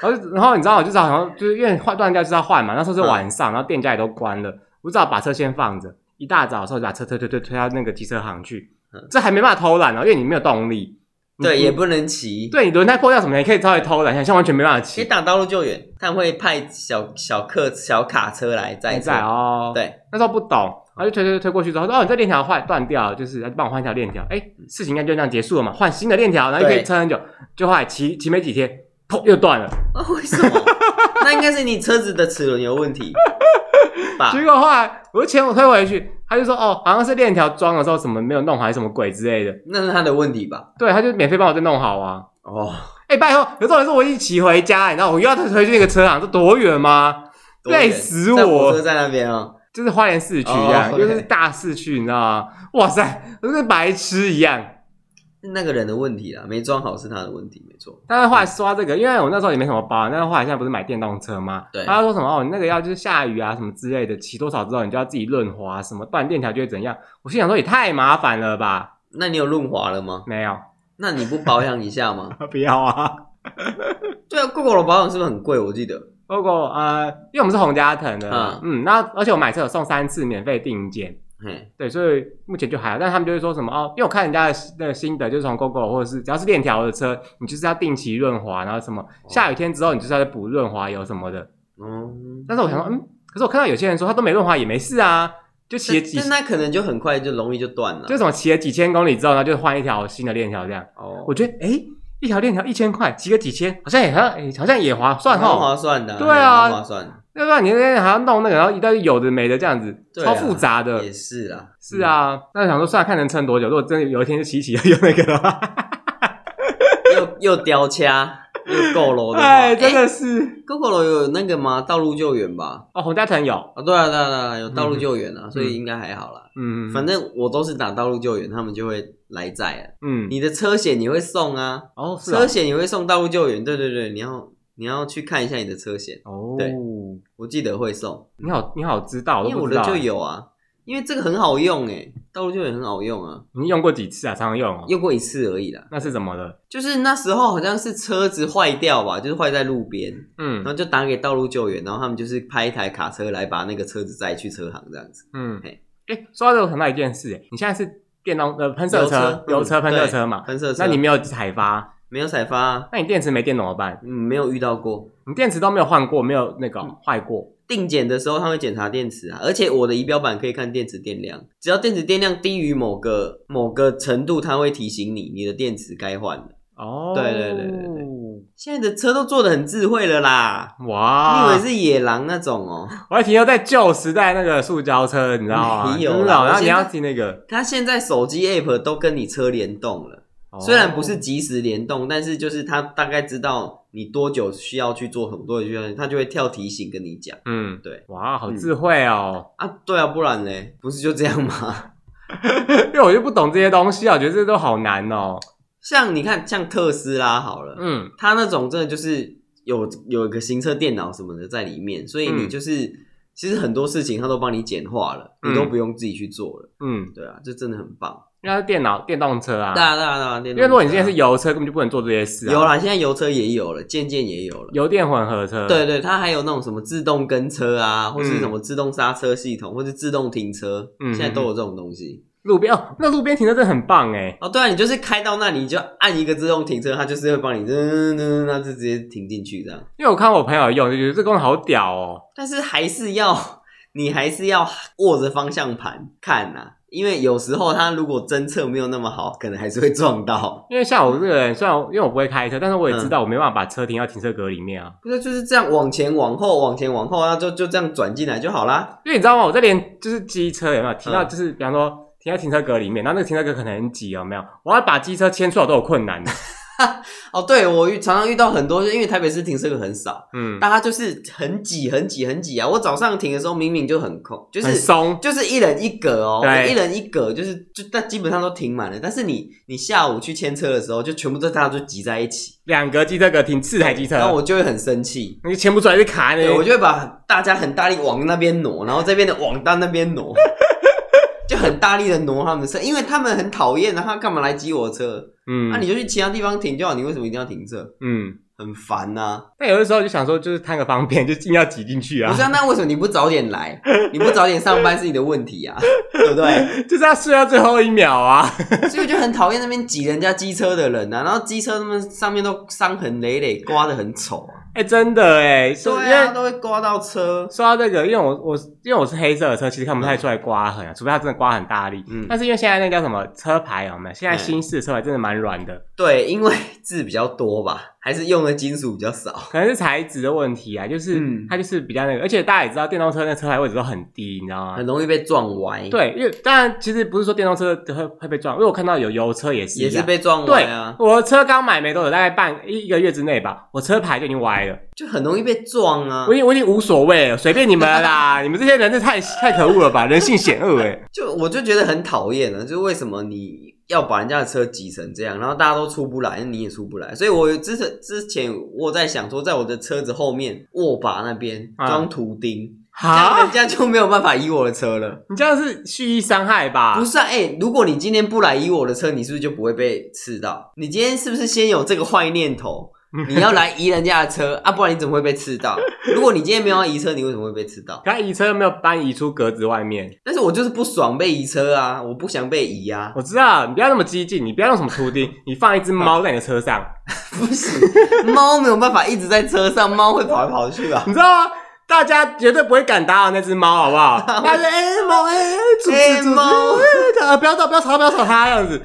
Speaker 1: 然后，然后你知道，我就是好像就是因为换断掉就是要换嘛，那时候是晚上，然后店家也都关了，我只好把车先放着。一大早的时候就把车推推推推到那个机车行去
Speaker 2: 嗯，
Speaker 1: 这还没办法偷懒哦，因为你没有动力。你
Speaker 2: 对，
Speaker 1: 你
Speaker 2: 也不能骑，
Speaker 1: 嗯对你轮胎破掉什么，你可以稍微偷懒一下，像完全没办法
Speaker 2: 其实
Speaker 1: 骑。
Speaker 2: 打道路救援，他们会派小小客小卡车来载
Speaker 1: 还
Speaker 2: 车
Speaker 1: 在。哦，，
Speaker 2: 对，
Speaker 1: 那时候不懂，然后就推推推推过去之后，说哦，你这链条坏断掉了，就是帮我换一条链条。哎，事情应该就这样结束了嘛，换新的链条，然后就可以
Speaker 2: 对
Speaker 1: 撑很久。就后来骑骑没几天，砰又断了。
Speaker 2: 啊，为什么？那应该是你车子的齿轮有问题 吧？
Speaker 1: 结果后来我就前我推回去，他就说哦，好像是链条装的时候什么没有弄好，还是什么鬼之类的。
Speaker 2: 那是他的问题吧？
Speaker 1: 对，他就免费帮我再弄好啊。
Speaker 2: 哦，
Speaker 1: 哎，拜托，有这种是我一起骑回家，你知道我又要推去那个车行，这多远吗？
Speaker 2: 多远
Speaker 1: 累死我
Speaker 2: 在火车站那边啊，
Speaker 1: 就是花莲市区这样，
Speaker 2: 哦
Speaker 1: 就
Speaker 2: OK
Speaker 1: 是大市区，你知道吗？哇塞，我就跟白痴一样。
Speaker 2: 是那个人的问题啦，没装好是他的问题，没错。
Speaker 1: 但是后来说到这个，因为我那时候也没什么包，但是后来现在不是买电动车吗？
Speaker 2: 对
Speaker 1: 他就说什么哦，你那个要就是下雨啊什么之类的，骑多少之后你就要自己润滑，什么断电条就会怎样。我心想说也太麻烦了吧？
Speaker 2: 那你有润滑了吗？
Speaker 1: 没有，
Speaker 2: 那你不保养一 下吗？
Speaker 1: 不要啊。
Speaker 2: 对啊，GoGo 的保养是不是很贵？我记得
Speaker 1: 不过呃，因为我们是洪家藤的，
Speaker 2: 嗯
Speaker 1: 嗯，那而且我买车有送三次免费定件，
Speaker 2: 嘿，
Speaker 1: 对，所以目前就还好，但他们就会说什么哦，因为我看人家的那个新的，就是从 GoGo 或者是只要是链条的车，你就是要定期润滑，然后什么下雨天之后你就是要补润滑油什么的。
Speaker 2: 哦，
Speaker 1: 但是我想说，嗯，可是我看到有些人说他都没润滑也没事啊，就骑了
Speaker 2: 但
Speaker 1: 几
Speaker 2: 但那可能就很快就容易就断了
Speaker 1: 就。什么骑了几千公里之后，然后就换一条新的链条这样。
Speaker 2: 哦，
Speaker 1: 我觉得诶，一条链条一千块，骑个几千，好像也好像、诶好像也划算哦
Speaker 2: 蛮
Speaker 1: 哈。
Speaker 2: 划算的，
Speaker 1: 对啊
Speaker 2: 蛮划算
Speaker 1: 要不然你那边还要弄那个，然后一大堆有的没的这样子，
Speaker 2: 对啊
Speaker 1: 超复杂
Speaker 2: 的
Speaker 1: 的
Speaker 2: 也。是啦。
Speaker 1: 呃是啊，那想说算了看能撑多久。如果真的有一天就骑一骑用那个的话，
Speaker 2: 嗯，又又雕掐又够楼的话，
Speaker 1: 哎，真
Speaker 2: 诶
Speaker 1: 的是、
Speaker 2: GoGo 楼有那个吗？道路救援吧？
Speaker 1: 哦，洪家藤有，
Speaker 2: 啊，对啊，对啊，对啊，有道路救援啊，所以应该还好啦。
Speaker 1: 嗯，
Speaker 2: 反正我都是打道路救援，他们就会来载了。
Speaker 1: 嗯，
Speaker 2: 你的车险你会送啊，
Speaker 1: 哦是
Speaker 2: 车
Speaker 1: 啊
Speaker 2: 险也会送道路救援。对对对，你要你要去看一下你的车险，
Speaker 1: 哦，
Speaker 2: 对我记得会送，
Speaker 1: 你好你好知道，我
Speaker 2: 因为
Speaker 1: 都
Speaker 2: 我
Speaker 1: 不知
Speaker 2: 的
Speaker 1: 道
Speaker 2: 就。有啊。因为这个很好用诶，道路救援很好用啊，
Speaker 1: 你用过几次啊？常常用、哦，
Speaker 2: 用过一次而已啦。
Speaker 1: 那是怎么了？
Speaker 2: 就是那时候好像是车子坏掉吧，就是坏在路边，
Speaker 1: 嗯
Speaker 2: 然后就打给道路救援，然后他们就是派一台卡车来把那个车子载去车行这样子。
Speaker 1: 嗯，哎
Speaker 2: 嘿、
Speaker 1: 说到这个，我想到一件事，哎你现在是电动呃喷射车、油
Speaker 2: 油
Speaker 1: 车
Speaker 2: 车
Speaker 1: 喷射车嘛？
Speaker 2: 喷射车，
Speaker 1: 那你没有采发，
Speaker 2: 没有采发、啊？
Speaker 1: 那你电池没电怎么办？
Speaker 2: 嗯，没有遇到过。
Speaker 1: 你电池都没有换过，没有那个
Speaker 2: 嗯
Speaker 1: 坏过，
Speaker 2: 定检的时候他会检查电池啊，而且我的仪表板可以看电池电量，只要电池电量低于某个某个程度，它会提醒你你的电池该换了。
Speaker 1: 哦，
Speaker 2: 对对对对现在的车都做的很智慧了啦，
Speaker 1: 哇！
Speaker 2: 你以为是野狼那种哦？
Speaker 1: 我还停留在旧时代那个塑胶车，你知道吗？
Speaker 2: 没有啦
Speaker 1: 真的哦
Speaker 2: 我
Speaker 1: 然后
Speaker 2: 现
Speaker 1: 你
Speaker 2: 在
Speaker 1: 要骑那个，
Speaker 2: 它现在手机 app 都跟你车联动了，
Speaker 1: 哦
Speaker 2: 虽然不是即时联动，但是就是它大概知道你多久需要去做什么，多久需要，它就会跳提醒跟你讲
Speaker 1: 嗯，
Speaker 2: 对，
Speaker 1: 哇，好智慧哦！
Speaker 2: 啊。对啊，不然嘞，不是就这样吗？ 嗯
Speaker 1: 因为我就不懂这些东西啊，我觉得这都好难哦。
Speaker 2: 像你看，像特斯拉好了，
Speaker 1: 嗯
Speaker 2: 它那种真的就是有有一个行车电脑什么的在里面，所以
Speaker 1: 嗯
Speaker 2: 你就是、其实很多事情它都帮你简化了，
Speaker 1: 嗯
Speaker 2: 你都不用自己去做了。
Speaker 1: 嗯，
Speaker 2: 对啊，这真的很棒。
Speaker 1: 因为它是电脑电动车啊。
Speaker 2: 对啊对啊对啊，电
Speaker 1: 因
Speaker 2: 动
Speaker 1: 为如果你
Speaker 2: 车
Speaker 1: 现
Speaker 2: 啊
Speaker 1: 在是油车，根本就不能做这些事、啊。
Speaker 2: 有啦，现在油车也有了，渐渐也有了。
Speaker 1: 油电混合车，
Speaker 2: 对对，它还有那种什么自动跟车啊，或是
Speaker 1: 嗯
Speaker 2: 什么自动刹车系统，或是自动停车，
Speaker 1: 嗯
Speaker 2: 现在都有这种东西。
Speaker 1: 路边哦，那路边停车真的很棒哎。
Speaker 2: 哦，对啊，你就是开到那里，你就按一个自动停车，它就是会帮你噔噔噔，它就直接停进去这样。
Speaker 1: 因为我看我朋友用，就觉得这功能好屌哦。
Speaker 2: 但是还是要 你还是要握着方向盘看呐、因为有时候它如果侦测没有那么好，可能还是会撞到。
Speaker 1: 因为像我这个人，虽然我因为我不会开车，但是我
Speaker 2: 嗯
Speaker 1: 也知道我没办法把车停到停车格里面啊。
Speaker 2: 不是就是这样往前往后往前往后，然后就就这样转进来就好啦。
Speaker 1: 因为你知道吗？我这连就是机车有没有停到，
Speaker 2: 嗯
Speaker 1: 就是比方说停在停车格里面，然后那个停车格可能很挤，有没有？我要把机车牵出来都有困 难的。
Speaker 2: 哦，对我遇常常遇到很多，因为台北市停车格很少，
Speaker 1: 嗯，
Speaker 2: 大家就是很挤很挤很挤啊。我早上停的时候明明就很空，就
Speaker 1: 很
Speaker 2: 是
Speaker 1: 松。
Speaker 2: 就是一人一格哦，
Speaker 1: 对
Speaker 2: 一人一格，就是就但基本上都停满了。但是你你下午去牵车的时候，就全部都大家都挤在一起，
Speaker 1: 两格机车格停四台机车，
Speaker 2: 然后我就会很生气。
Speaker 1: 你牵不出来就卡你
Speaker 2: 对，。我就会把大家很大力往那边挪，然后这边的往到那边 挪，就很大力的挪他们的车，因为他们很讨厌啊，他干嘛来挤我的车？
Speaker 1: 嗯
Speaker 2: 那、你就去其他地方停就好，你为什么一定要停这？
Speaker 1: 嗯，
Speaker 2: 很烦啊呐、
Speaker 1: 但有的时候就想说，就是贪个方便，就 硬要挤进去
Speaker 2: 啊！
Speaker 1: 啊
Speaker 2: 不是、。啊，那为什么你不早点 来？你不早点上班是你的问 题啊，对不对？
Speaker 1: 就是要睡到最后一秒啊。
Speaker 2: 所以我就很讨厌那边挤人家机车的人啊，然后机车他们上面都伤痕累累，刮的很丑啊，
Speaker 1: 哎、真的哎，说
Speaker 2: 对
Speaker 1: 因为
Speaker 2: 啊，都会刮到车。
Speaker 1: 说到这个，因为我我因为我是黑色的车，其实看不太出来刮痕啊，除非它真的刮很大力。
Speaker 2: 嗯
Speaker 1: 但是因为现在那个叫什么车牌有没有？现在新式的车牌真的蛮软的，
Speaker 2: 对，因为字比较多吧，还是用的金属比较少。
Speaker 1: 可能是材质的问题啊，就是、
Speaker 2: 嗯
Speaker 1: 它就是比较那个，而且大家也知道电动车那车牌位置都很低，你知道吗
Speaker 2: 很？容易被撞歪，，
Speaker 1: 对，因为当然其实不是说电动车会会被撞，因为我看到有油车也是一
Speaker 2: 也
Speaker 1: 样
Speaker 2: 是被撞歪
Speaker 1: 对
Speaker 2: 啊，，
Speaker 1: 我的车刚买没多久，大概半一一个月之内吧，我车牌就已经歪了，
Speaker 2: 就很容易被撞啊
Speaker 1: 我。已经我已经无所谓了，随便你们了啦，你们这些人真的太太可恶了吧，人性险恶哎、
Speaker 2: 就我就觉得很讨厌啊了，就是为什么你要把人家的车挤成这样，然后大家都出不来，你也出不来。所以我之前之前我在想说，在我的车子后面握把那边
Speaker 1: 啊
Speaker 2: 装图钉，这
Speaker 1: 好。
Speaker 2: 样人家就没有办法移我的车了。
Speaker 1: 你这样是蓄意伤害吧？
Speaker 2: 不是啊，哎、如果你今天不来移我的车，你是不是就不会被刺到？你今天是不是先有这个坏念头？
Speaker 1: 嗯
Speaker 2: 你要来移人家的车啊，不然你怎么会被刺到？如果你今天没有要移车，你为什么会被刺到？
Speaker 1: 可他移车又没有搬移出格子外面。
Speaker 2: 但是我就是不爽被移车啊，我不想被移啊，
Speaker 1: 我知道，你不要那么激进，你不要用什么图钉，你放一只猫在你的车上，
Speaker 2: 不行，猫没有办法一直在车上，猫会跑来跑去啊。
Speaker 1: 你知道吗？大家绝对不会敢打扰那只猫，好不 好？大家就哎猫哎，主
Speaker 2: 哎
Speaker 1: 子主
Speaker 2: 猫
Speaker 1: 子，呃不要吵，不要吵，不要吵它这样子。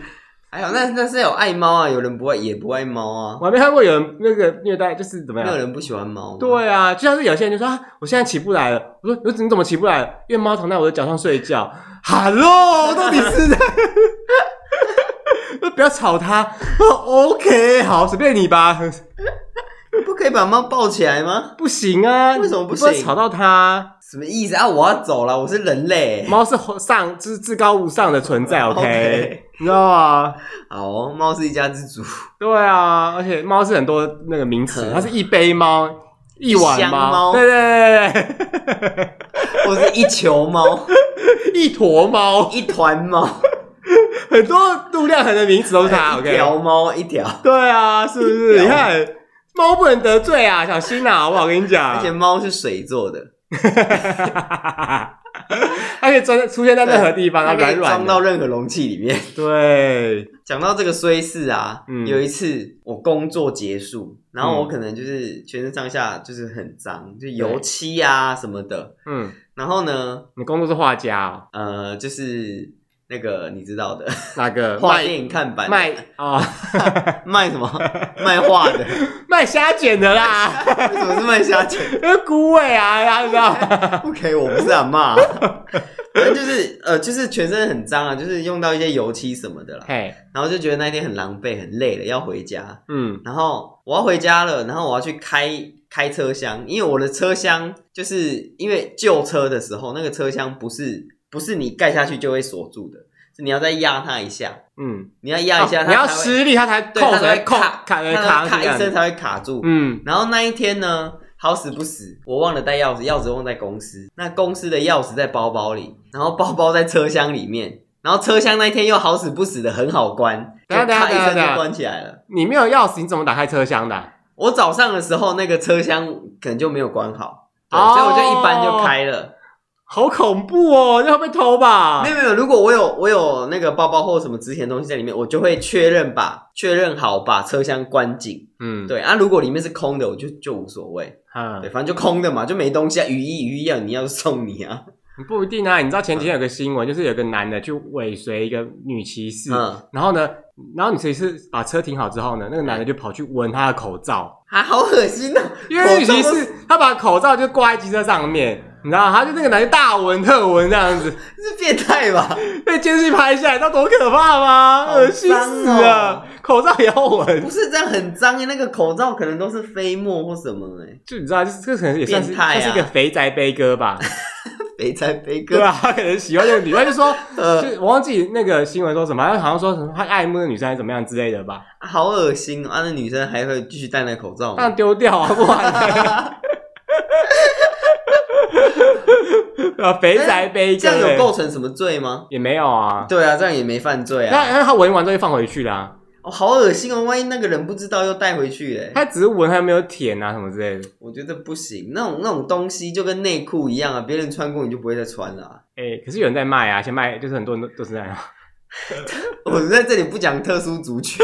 Speaker 2: 还有那那是有爱猫啊，有人不爱也不爱猫啊，
Speaker 1: 我还没看过有人那个虐待，就是怎么
Speaker 2: 没有
Speaker 1: 样？
Speaker 2: 人不喜欢猫。，
Speaker 1: 啊对啊，就像是有些人就说啊，我现在起不来了。我说我你怎么起不来了？因为猫躺在我的脚上睡觉。Hello，到底是在？ 不要吵它。哦 OK，好，随便你吧。
Speaker 2: 不可以把猫抱起来吗？
Speaker 1: 不行啊，
Speaker 2: 为什么不
Speaker 1: 你能
Speaker 2: 行
Speaker 1: 吵到它，
Speaker 2: 什么意思啊？我要走了，我是人类。
Speaker 1: 猫是上就是至高无上的存在，OK，
Speaker 2: OK
Speaker 1: 你知道吗？
Speaker 2: 好哦、猫是一家之主，
Speaker 1: 对啊，而且猫是很多那个名词，
Speaker 2: 嗯
Speaker 1: 它是一杯猫。一
Speaker 2: 一
Speaker 1: 碗
Speaker 2: 箱猫
Speaker 1: 对对对对
Speaker 2: 我是一球猫，
Speaker 1: 对，一坨猫，
Speaker 2: 一团猫，
Speaker 1: 很多度量衡的名词都是它。
Speaker 2: 一
Speaker 1: OK，
Speaker 2: 条猫，一条。
Speaker 1: 对啊，是不是？
Speaker 2: 屌
Speaker 1: 你看，猫不能得罪啊，小心啊，好不好？我跟你讲，
Speaker 2: 而且猫是水做的，
Speaker 1: 它可以钻出现在任何地方，
Speaker 2: 它
Speaker 1: 它
Speaker 2: 可以
Speaker 1: 啊软
Speaker 2: 装
Speaker 1: 软
Speaker 2: 到
Speaker 1: 的。
Speaker 2: 任何容器里面。
Speaker 1: 对，
Speaker 2: 讲到这个衰事啊，
Speaker 1: 嗯
Speaker 2: 有一次我工作结束，然后
Speaker 1: 嗯
Speaker 2: 我可能就是全身上下就是很脏，就油漆啊什么的。
Speaker 1: 嗯，
Speaker 2: 然后呢，
Speaker 1: 你工作是画家哦，
Speaker 2: 呃，就是那个你知道的，
Speaker 1: 哪个
Speaker 2: 画
Speaker 1: 卖
Speaker 2: 电影看板
Speaker 1: 卖啊
Speaker 2: 卖 什么卖画的，
Speaker 1: 卖虾卷的啦，
Speaker 2: 为什么是卖 虾卷？
Speaker 1: 那菇味啊，大家知道？
Speaker 2: 不可以，我不是阿骂。反正就是呃，就是全身很脏啊，就是用到一些油漆什么的啦。
Speaker 1: 嘿，
Speaker 2: 然后就觉得那一天很狼狈，很累了，要回家。
Speaker 1: 嗯
Speaker 2: 然后我要回家了，然后我要去开开车厢，因为我的车厢就是因为旧车的时候，那个车厢不是不是你盖下去就会锁住的，是你要再压它一下，
Speaker 1: 嗯，
Speaker 2: 你要压一下，
Speaker 1: 哦
Speaker 2: 它
Speaker 1: 你要
Speaker 2: 才会，
Speaker 1: 施力，它才
Speaker 2: 对，
Speaker 1: 扣
Speaker 2: 它才
Speaker 1: 才
Speaker 2: 会
Speaker 1: 扣
Speaker 2: 卡，
Speaker 1: 卡
Speaker 2: 它才
Speaker 1: 卡
Speaker 2: 会卡一声，才会卡住。
Speaker 1: 嗯
Speaker 2: 然后那一天呢，好死不死，我忘了带钥匙，钥匙忘在公司，那公司的钥匙在包包里，然后包包在车厢里面。然后车厢那一天又好死不死的很好关，就
Speaker 1: 等下等下
Speaker 2: 咔一声
Speaker 1: 等下
Speaker 2: 就关起来了。
Speaker 1: 你没有钥匙，你怎么打开车厢的啊、
Speaker 2: 我早上的时候那个车厢可能就没有关好，对
Speaker 1: 哦
Speaker 2: 所以我就一般就开了。
Speaker 1: 好恐怖哦！这会被偷吧
Speaker 2: 没？有没有，如果我有我有那个包包或什么值钱的东西在里面，我就会确认把确认好把车厢关紧。
Speaker 1: 嗯，
Speaker 2: 对啊，如果里面是空的，我就就无所谓。对，
Speaker 1: 嗯，
Speaker 2: 反正就空的嘛，就没东西啊，雨衣雨衣要你要送你啊。
Speaker 1: 不一定啊。你知道前
Speaker 2: 嗯
Speaker 1: 几天有个新闻，就是有个男的去尾随一个女骑士，
Speaker 2: 嗯，
Speaker 1: 然后呢，然后女骑士把车停好之后呢，那个男的就跑去闻她的口罩，
Speaker 2: 啊，好恶心哦！
Speaker 1: 因为女
Speaker 2: 口罩
Speaker 1: 骑
Speaker 2: 都
Speaker 1: 士她把口罩就挂在机车上面，你知道，她就那个男的大闻特闻这样子，
Speaker 2: 是变态吧？
Speaker 1: 被监视器拍下来，那多可怕吗？
Speaker 2: 好
Speaker 1: 恶心死
Speaker 2: 脏哦
Speaker 1: 了，口罩也要闻
Speaker 2: 不，是这样很脏诶，那个口罩可能都是飞沫或什么欸诶。
Speaker 1: 就你知道，就是这可能也算是、
Speaker 2: 变态啊
Speaker 1: 算是一个肥宅悲歌 吧，
Speaker 2: 肥宅肥哥，
Speaker 1: 对啊吧、他可能喜欢这个女，他就说。
Speaker 2: 呃，
Speaker 1: 就我忘记那个新闻说什么，好像说什么他爱慕的女生还是怎么样之类的吧，
Speaker 2: 好恶心哦啊！那女生还会继续戴那口罩
Speaker 1: 当然
Speaker 2: 吗？
Speaker 1: 丢掉啊，不然 呢呃，肥宅悲
Speaker 2: 哎这
Speaker 1: 歌、
Speaker 2: 样有
Speaker 1: 欸，
Speaker 2: 构成什么罪吗？
Speaker 1: 也没有啊。
Speaker 2: 对啊，这样也没犯罪啊。
Speaker 1: 那那他闻完之后就放回去啦、
Speaker 2: 哦，好恶心哦！万一那个人不知道又带回去诶，
Speaker 1: 他只是闻，还没有舔啊什么之类的。
Speaker 2: 我觉得不行。那种那种东西就跟内裤一样啊，别人穿过你就不会再穿了啊、
Speaker 1: 哎、可是有人在卖啊，现在卖就是很多人都都是这样。
Speaker 2: 我们在这里不讲特殊族群，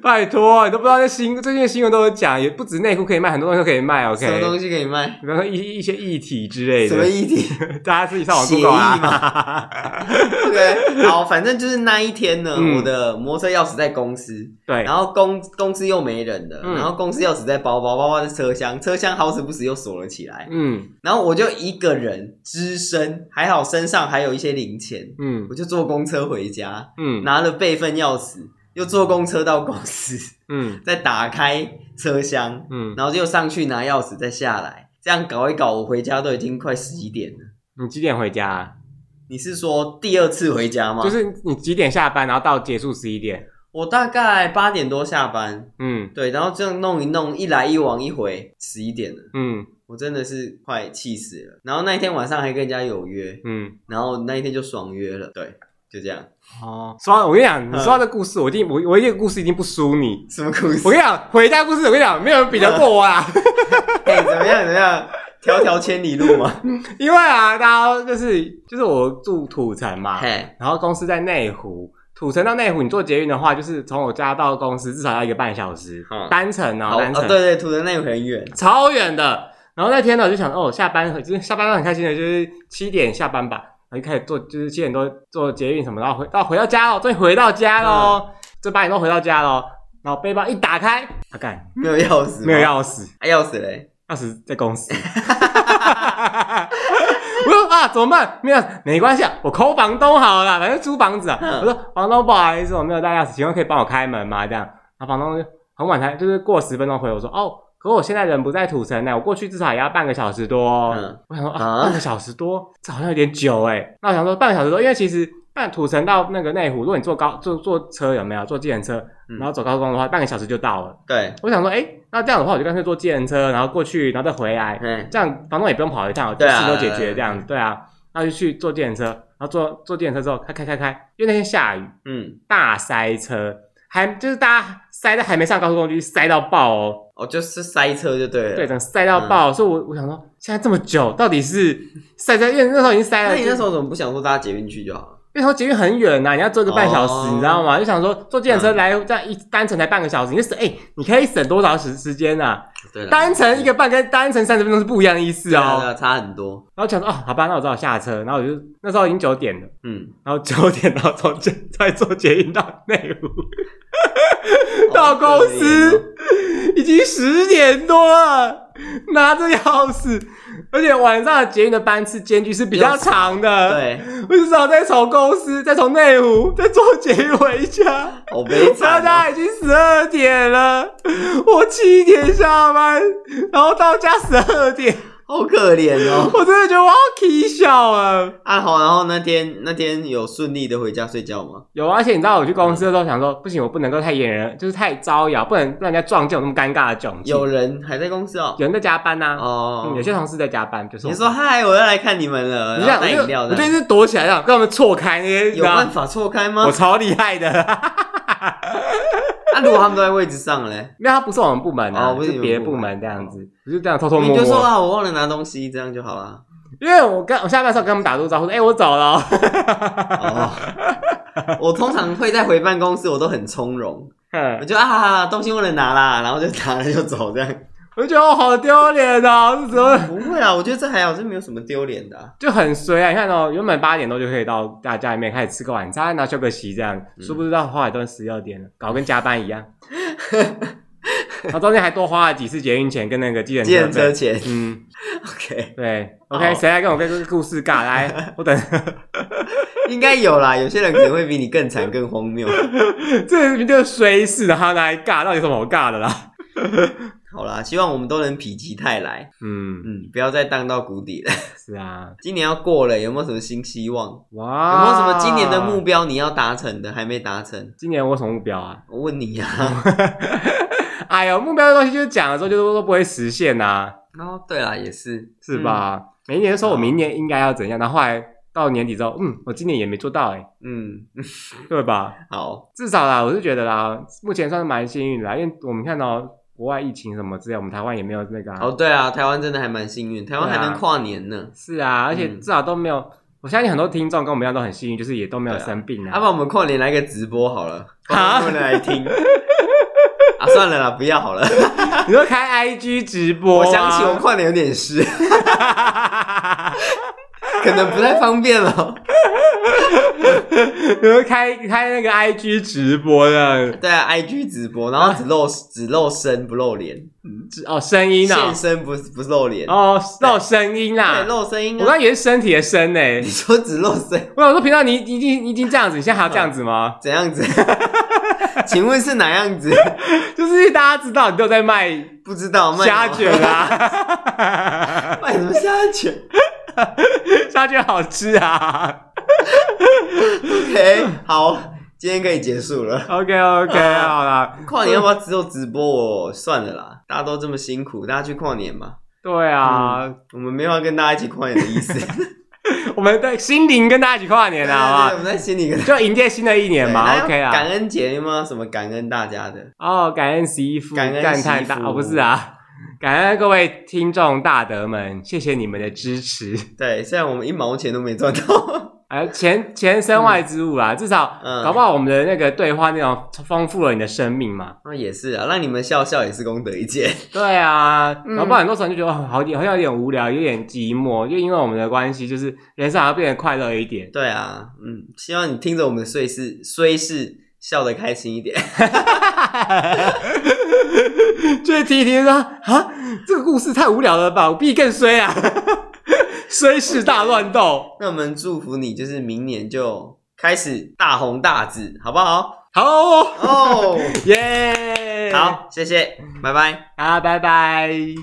Speaker 1: 拜托，你都不知道那新最近的新闻都有讲，也不止内裤可以卖，很多东西都可以卖。OK，
Speaker 2: 什么东西可以卖？
Speaker 1: 比方说一一些液体之类
Speaker 2: 什么
Speaker 1: 的，
Speaker 2: 议题？
Speaker 1: 大家自己上网
Speaker 2: 血
Speaker 1: g
Speaker 2: 液
Speaker 1: o 啊。
Speaker 2: 嘛。对，好，反正就是那一天呢，
Speaker 1: 嗯
Speaker 2: 我的摩托车钥匙在公司，
Speaker 1: 对，
Speaker 2: 然后公公司又没人了，
Speaker 1: 嗯
Speaker 2: 然后公司钥匙在包包，包包在车厢，车厢好死不死又锁了起来，
Speaker 1: 嗯
Speaker 2: 然后我就一个人只身，还好身上还有一些零钱，
Speaker 1: 嗯
Speaker 2: 我就坐公车回家，
Speaker 1: 嗯
Speaker 2: 拿了备份钥匙，又坐公车到公司，
Speaker 1: 嗯，
Speaker 2: 再打开车厢，
Speaker 1: 嗯，
Speaker 2: 然后就上去拿钥匙，再下来，这样搞一搞，我回家都已经快十一点了。
Speaker 1: 你几点回家、啊？
Speaker 2: 你是说第二次回家吗？
Speaker 1: 就是你几点下班，然后到结束十一点？
Speaker 2: 我大概八点多下班，
Speaker 1: 嗯
Speaker 2: 对，然后这样弄一弄，一来一往一回，十一点了，
Speaker 1: 嗯
Speaker 2: 我真的是快气死了。然后那一天晚上还跟人家有约，
Speaker 1: 嗯。
Speaker 2: 然后那一天就爽约了，对，就这样。
Speaker 1: 哦，说到我跟你讲，你说到这故事，我一定我我一个故事一定不输你。
Speaker 2: 什么故事？
Speaker 1: 我跟你讲，回家故事，我跟你讲，没有人比得过我 啊。
Speaker 2: 哎、怎么样？怎么样？迢迢千里路嘛。
Speaker 1: 因为啊，大家就是就是我住土城嘛，
Speaker 2: 嘿，
Speaker 1: 然后公司在内湖。土城到内湖，你坐捷运的话，就是从我家到公司至少要一个半小时，
Speaker 2: 嗯
Speaker 1: 单程哦，
Speaker 2: 好
Speaker 1: 单
Speaker 2: 哦，
Speaker 1: 程、嗯
Speaker 2: 对对，土城那有很远，
Speaker 1: 超远的。然后那天呢，我就想，哦，下班很就是下班都很开心的，就是七点下班吧，然后就开始坐，就是七点多坐捷运什么，然后回到回到家哦，终于回到家喽，这八点多回到家喽，然后背包一打开，啊干，
Speaker 2: 没有钥匙，
Speaker 1: 没有，钥匙，
Speaker 2: 啊，钥匙嘞，
Speaker 1: 钥匙在公司。 我说啊，怎么办？没有，没关系啊，我 call 房东好了，反正租房子啊。
Speaker 2: 嗯
Speaker 1: 我说房东不好意思，我没有带钥匙，请问可以帮我开门吗？这样，然后房东就很晚才，就是过十分钟回我说，哦，可我现在人不在土城呢，啊我过去至少也要半个小时多哦。
Speaker 2: 嗯
Speaker 1: 我想说
Speaker 2: 啊
Speaker 1: 啊，半个小时多，这好像有点久哎。那我想说半个小时多，因为其实半土城到那个内湖，如果你坐高坐坐车有没有坐计程车，
Speaker 2: 嗯
Speaker 1: 然后走高速公路的话，半个小时就到了。
Speaker 2: 对，
Speaker 1: 我想说，哎、那这样的话，我就干脆坐计程车，然后过去，然后再回来，
Speaker 2: 嗯，
Speaker 1: 这样房东也不用跑一趟，
Speaker 2: 对啊
Speaker 1: 事都解决，这样子，对啊，那就去坐计程车，然后坐坐计程车之后，开开开开，因为那天下雨，
Speaker 2: 嗯，
Speaker 1: 大塞车，还就是大家塞在还没上高速公路，就塞到爆哦，
Speaker 2: 哦，就是塞车就对了。
Speaker 1: 对，整个塞
Speaker 2: 嗯
Speaker 1: 到爆，所以我我想说，现在这么久，到底是塞在，因为那时候已经塞了，
Speaker 2: 那你那时
Speaker 1: 候
Speaker 2: 候怎么不想说大家捷运去就好了？
Speaker 1: 那时候捷运很远呐、你要坐个半小时，
Speaker 2: 哦嗯
Speaker 1: 你知道吗？就想说坐计程车来这样一单程才半个小时，你就省哎、你可以省多少时时间啊？
Speaker 2: 对啦
Speaker 1: 单程一个半跟单程三十分钟是不一样的意思
Speaker 2: 对啊对
Speaker 1: 哦。
Speaker 2: 啊，差很多。
Speaker 1: 然后想说哦，好吧，那我只好下车。然后我就那时候已经九点了，
Speaker 2: 嗯，
Speaker 1: 然后九点然后从 捷再坐捷运到内 湖，
Speaker 2: 好
Speaker 1: 到公
Speaker 2: 可怜哦
Speaker 1: 司已经十点多了，拿着钥匙，而且晚上的捷运的班次间距是比较长的，
Speaker 2: 对，
Speaker 1: 我就只好再从公司，再从内湖，再坐捷运回家。
Speaker 2: 好悲
Speaker 1: 大
Speaker 2: 惨哦。
Speaker 1: 家已经十二点了，我七点下班，然后到家十二点。
Speaker 2: 好可怜 哦。
Speaker 1: 我真的觉得我要啼笑了。
Speaker 2: 啊好，然后那天那天有顺利的回家睡觉吗？
Speaker 1: 有啊，而且你知道我去公司的时候想说，不行，我不能够太引人，就是太招摇，不能让人家撞见我那么尴尬的窘境。
Speaker 2: 有人还在公司哦。
Speaker 1: 有人在加班呐、
Speaker 2: 哦
Speaker 1: 嗯，有些同事在加班，就是我
Speaker 2: 你说嗨，我要来看你们了，
Speaker 1: 你
Speaker 2: 然后
Speaker 1: 想
Speaker 2: 带饮料
Speaker 1: 我
Speaker 2: 的
Speaker 1: 就，一直躲起来，让跟他们错开那些，你知
Speaker 2: 有
Speaker 1: 道
Speaker 2: 办
Speaker 1: 吗？
Speaker 2: 法错开吗
Speaker 1: 我？超厉害的，
Speaker 2: 啊，如果他们都在位置上嘞，
Speaker 1: 因为他不是我们部门啊，
Speaker 2: 哦不是
Speaker 1: 是
Speaker 2: 你们
Speaker 1: 别的
Speaker 2: 部
Speaker 1: 部
Speaker 2: 门
Speaker 1: 门这样子，我就这样偷偷摸
Speaker 2: 你就说
Speaker 1: 摸。
Speaker 2: 啊，我忘了拿东西，这样就好啊 了。
Speaker 1: 因为我跟我下班的时候跟他们打过招呼，说哎、我走了哦，
Speaker 2: 哦，我通常会在回办公室，我都很从容，我
Speaker 1: 哼
Speaker 2: 就啊，东西忘了拿啦，然后就拿了就走这样。
Speaker 1: 我就觉得我好丢脸哦，这怎么
Speaker 2: 不会啊，我觉得这还好，这没有什么丢脸的啊、
Speaker 1: 就很衰啊！你看哦，原本八点多就可以到大家里面开始吃个晚餐，然后休个息这样，
Speaker 2: 嗯
Speaker 1: 殊不知到后来都十二点了，搞跟加班一 样。然后中间还多花了几次捷运钱跟那个计程
Speaker 2: 计
Speaker 1: 车
Speaker 2: 程车
Speaker 1: 费。
Speaker 2: 钱
Speaker 1: 嗯，
Speaker 2: ，OK，
Speaker 1: 对
Speaker 2: 好
Speaker 1: ，OK，谁来跟我跟这个故事尬来？我等，
Speaker 2: 应该有啦。有些人可能会比你更惨、更荒谬。
Speaker 1: 这明就是衰事，然后拿来尬，到底有什么好尬的啦？
Speaker 2: 好啦，希望我们都能否极泰来，
Speaker 1: 嗯，
Speaker 2: 嗯，不要再荡到谷底了。
Speaker 1: 是啊，
Speaker 2: 今年要过了，有没有什么新希望？有
Speaker 1: 哇，
Speaker 2: 没有什么今年的目？标你要达成的还没达成？
Speaker 1: 今年我有什么目标啊？
Speaker 2: 我问你啊。
Speaker 1: 哎呦，目标的东西就是讲的时候就是都不会实现啊呐、
Speaker 2: 哦，对啦，也是，
Speaker 1: 是吧？每一年说我明年应该要怎样，然后后来到年底之后，嗯，我今年也没做到、欸，
Speaker 2: 嗯？嗯，
Speaker 1: 对吧？
Speaker 2: 好，
Speaker 1: 至少啦，我是觉得啦，目前算是蛮幸运的啦，因为我们看到国外疫情什么之类，我们台湾也没有那个、啊。
Speaker 2: 哦，对啊，台湾真的还蛮幸运，台湾还
Speaker 1: 对啊
Speaker 2: 能跨年呢。
Speaker 1: 是啊，而且
Speaker 2: 嗯
Speaker 1: 至少都没有，我相信很多听众跟我们一样都很幸运，就是也都没有
Speaker 2: 对啊
Speaker 1: 生病
Speaker 2: 要、
Speaker 1: 啊。
Speaker 2: 不然我们跨年来个直播好了，
Speaker 1: 啊
Speaker 2: 观众 来听。啊，算了啦，不要好了。
Speaker 1: 你说开 IG 直播、啊
Speaker 2: 我想起我跨年有点湿，可能不太方便了。
Speaker 1: 你说开开那个 IG 直播的，
Speaker 2: 对啊，IG 直播，然后只露只露身不露脸，
Speaker 1: 直哦声音
Speaker 2: 现
Speaker 1: 啊，
Speaker 2: 身不不露脸，
Speaker 1: 哦露声音
Speaker 2: 对，
Speaker 1: 啦，
Speaker 2: 露声音
Speaker 1: 我刚
Speaker 2: 啊。
Speaker 1: 以为是身体的身呢、
Speaker 2: 你说只露声
Speaker 1: 我想说，平常你已经你已经这样子，你现在还要这样子吗？
Speaker 2: 怎样子？请问是哪样子？
Speaker 1: 就是大家知道你都有在卖
Speaker 2: 不知道卖什么
Speaker 1: 虾卷啊，
Speaker 2: 卖什么虾卷
Speaker 1: 虾卷好吃啊。
Speaker 2: ？OK，好，今天可以结束了。
Speaker 1: OK OK，好啦，
Speaker 2: 跨年要不要只有直播我？算了啦，大家都这么辛苦，大家去跨年嘛。
Speaker 1: 对啊，
Speaker 2: 我们没有要跟大家一起跨年的意思。
Speaker 1: 我们在心灵跟大家一起跨年 啊，
Speaker 2: 对
Speaker 1: 好
Speaker 2: 我们在心里跟
Speaker 1: 不好？就迎接新的一年
Speaker 2: 对
Speaker 1: 嘛
Speaker 2: 那
Speaker 1: ，OK
Speaker 2: 感
Speaker 1: 啊。
Speaker 2: 恩节有没有什么感恩大家的？
Speaker 1: 哦，感恩洗衣服，
Speaker 2: 感恩
Speaker 1: 赞叹
Speaker 2: 洗衣
Speaker 1: 大
Speaker 2: 服
Speaker 1: 哦，不是啊，感恩各位听众大德们，谢谢你们的支持。
Speaker 2: 对，虽然我们一毛钱都没赚到，
Speaker 1: 哎，钱钱身外之物啊啦，至少
Speaker 2: 嗯
Speaker 1: 搞不好我们的那个对话内容丰富了你的生命嘛。
Speaker 2: 那也是啊，让你们笑笑也是功德一件。
Speaker 1: 对啊，搞不好很多时候你就觉得哦好点，好像有点无聊，有点寂寞，就因为我们的关系，就是人生好像变得快乐一点。
Speaker 2: 对啊，嗯，希望你听着我们的碎事，虽是笑得开心一点。
Speaker 1: 就是听一听说啊，这个故事太无聊了吧，我比你更衰啊， 衰世大乱斗。
Speaker 2: 那我们祝福你，就是明年就开始大红大紫，好不好？
Speaker 1: 好哦，
Speaker 2: 哦，
Speaker 1: 耶、
Speaker 2: 好，谢谢，拜拜。
Speaker 1: 好，拜拜。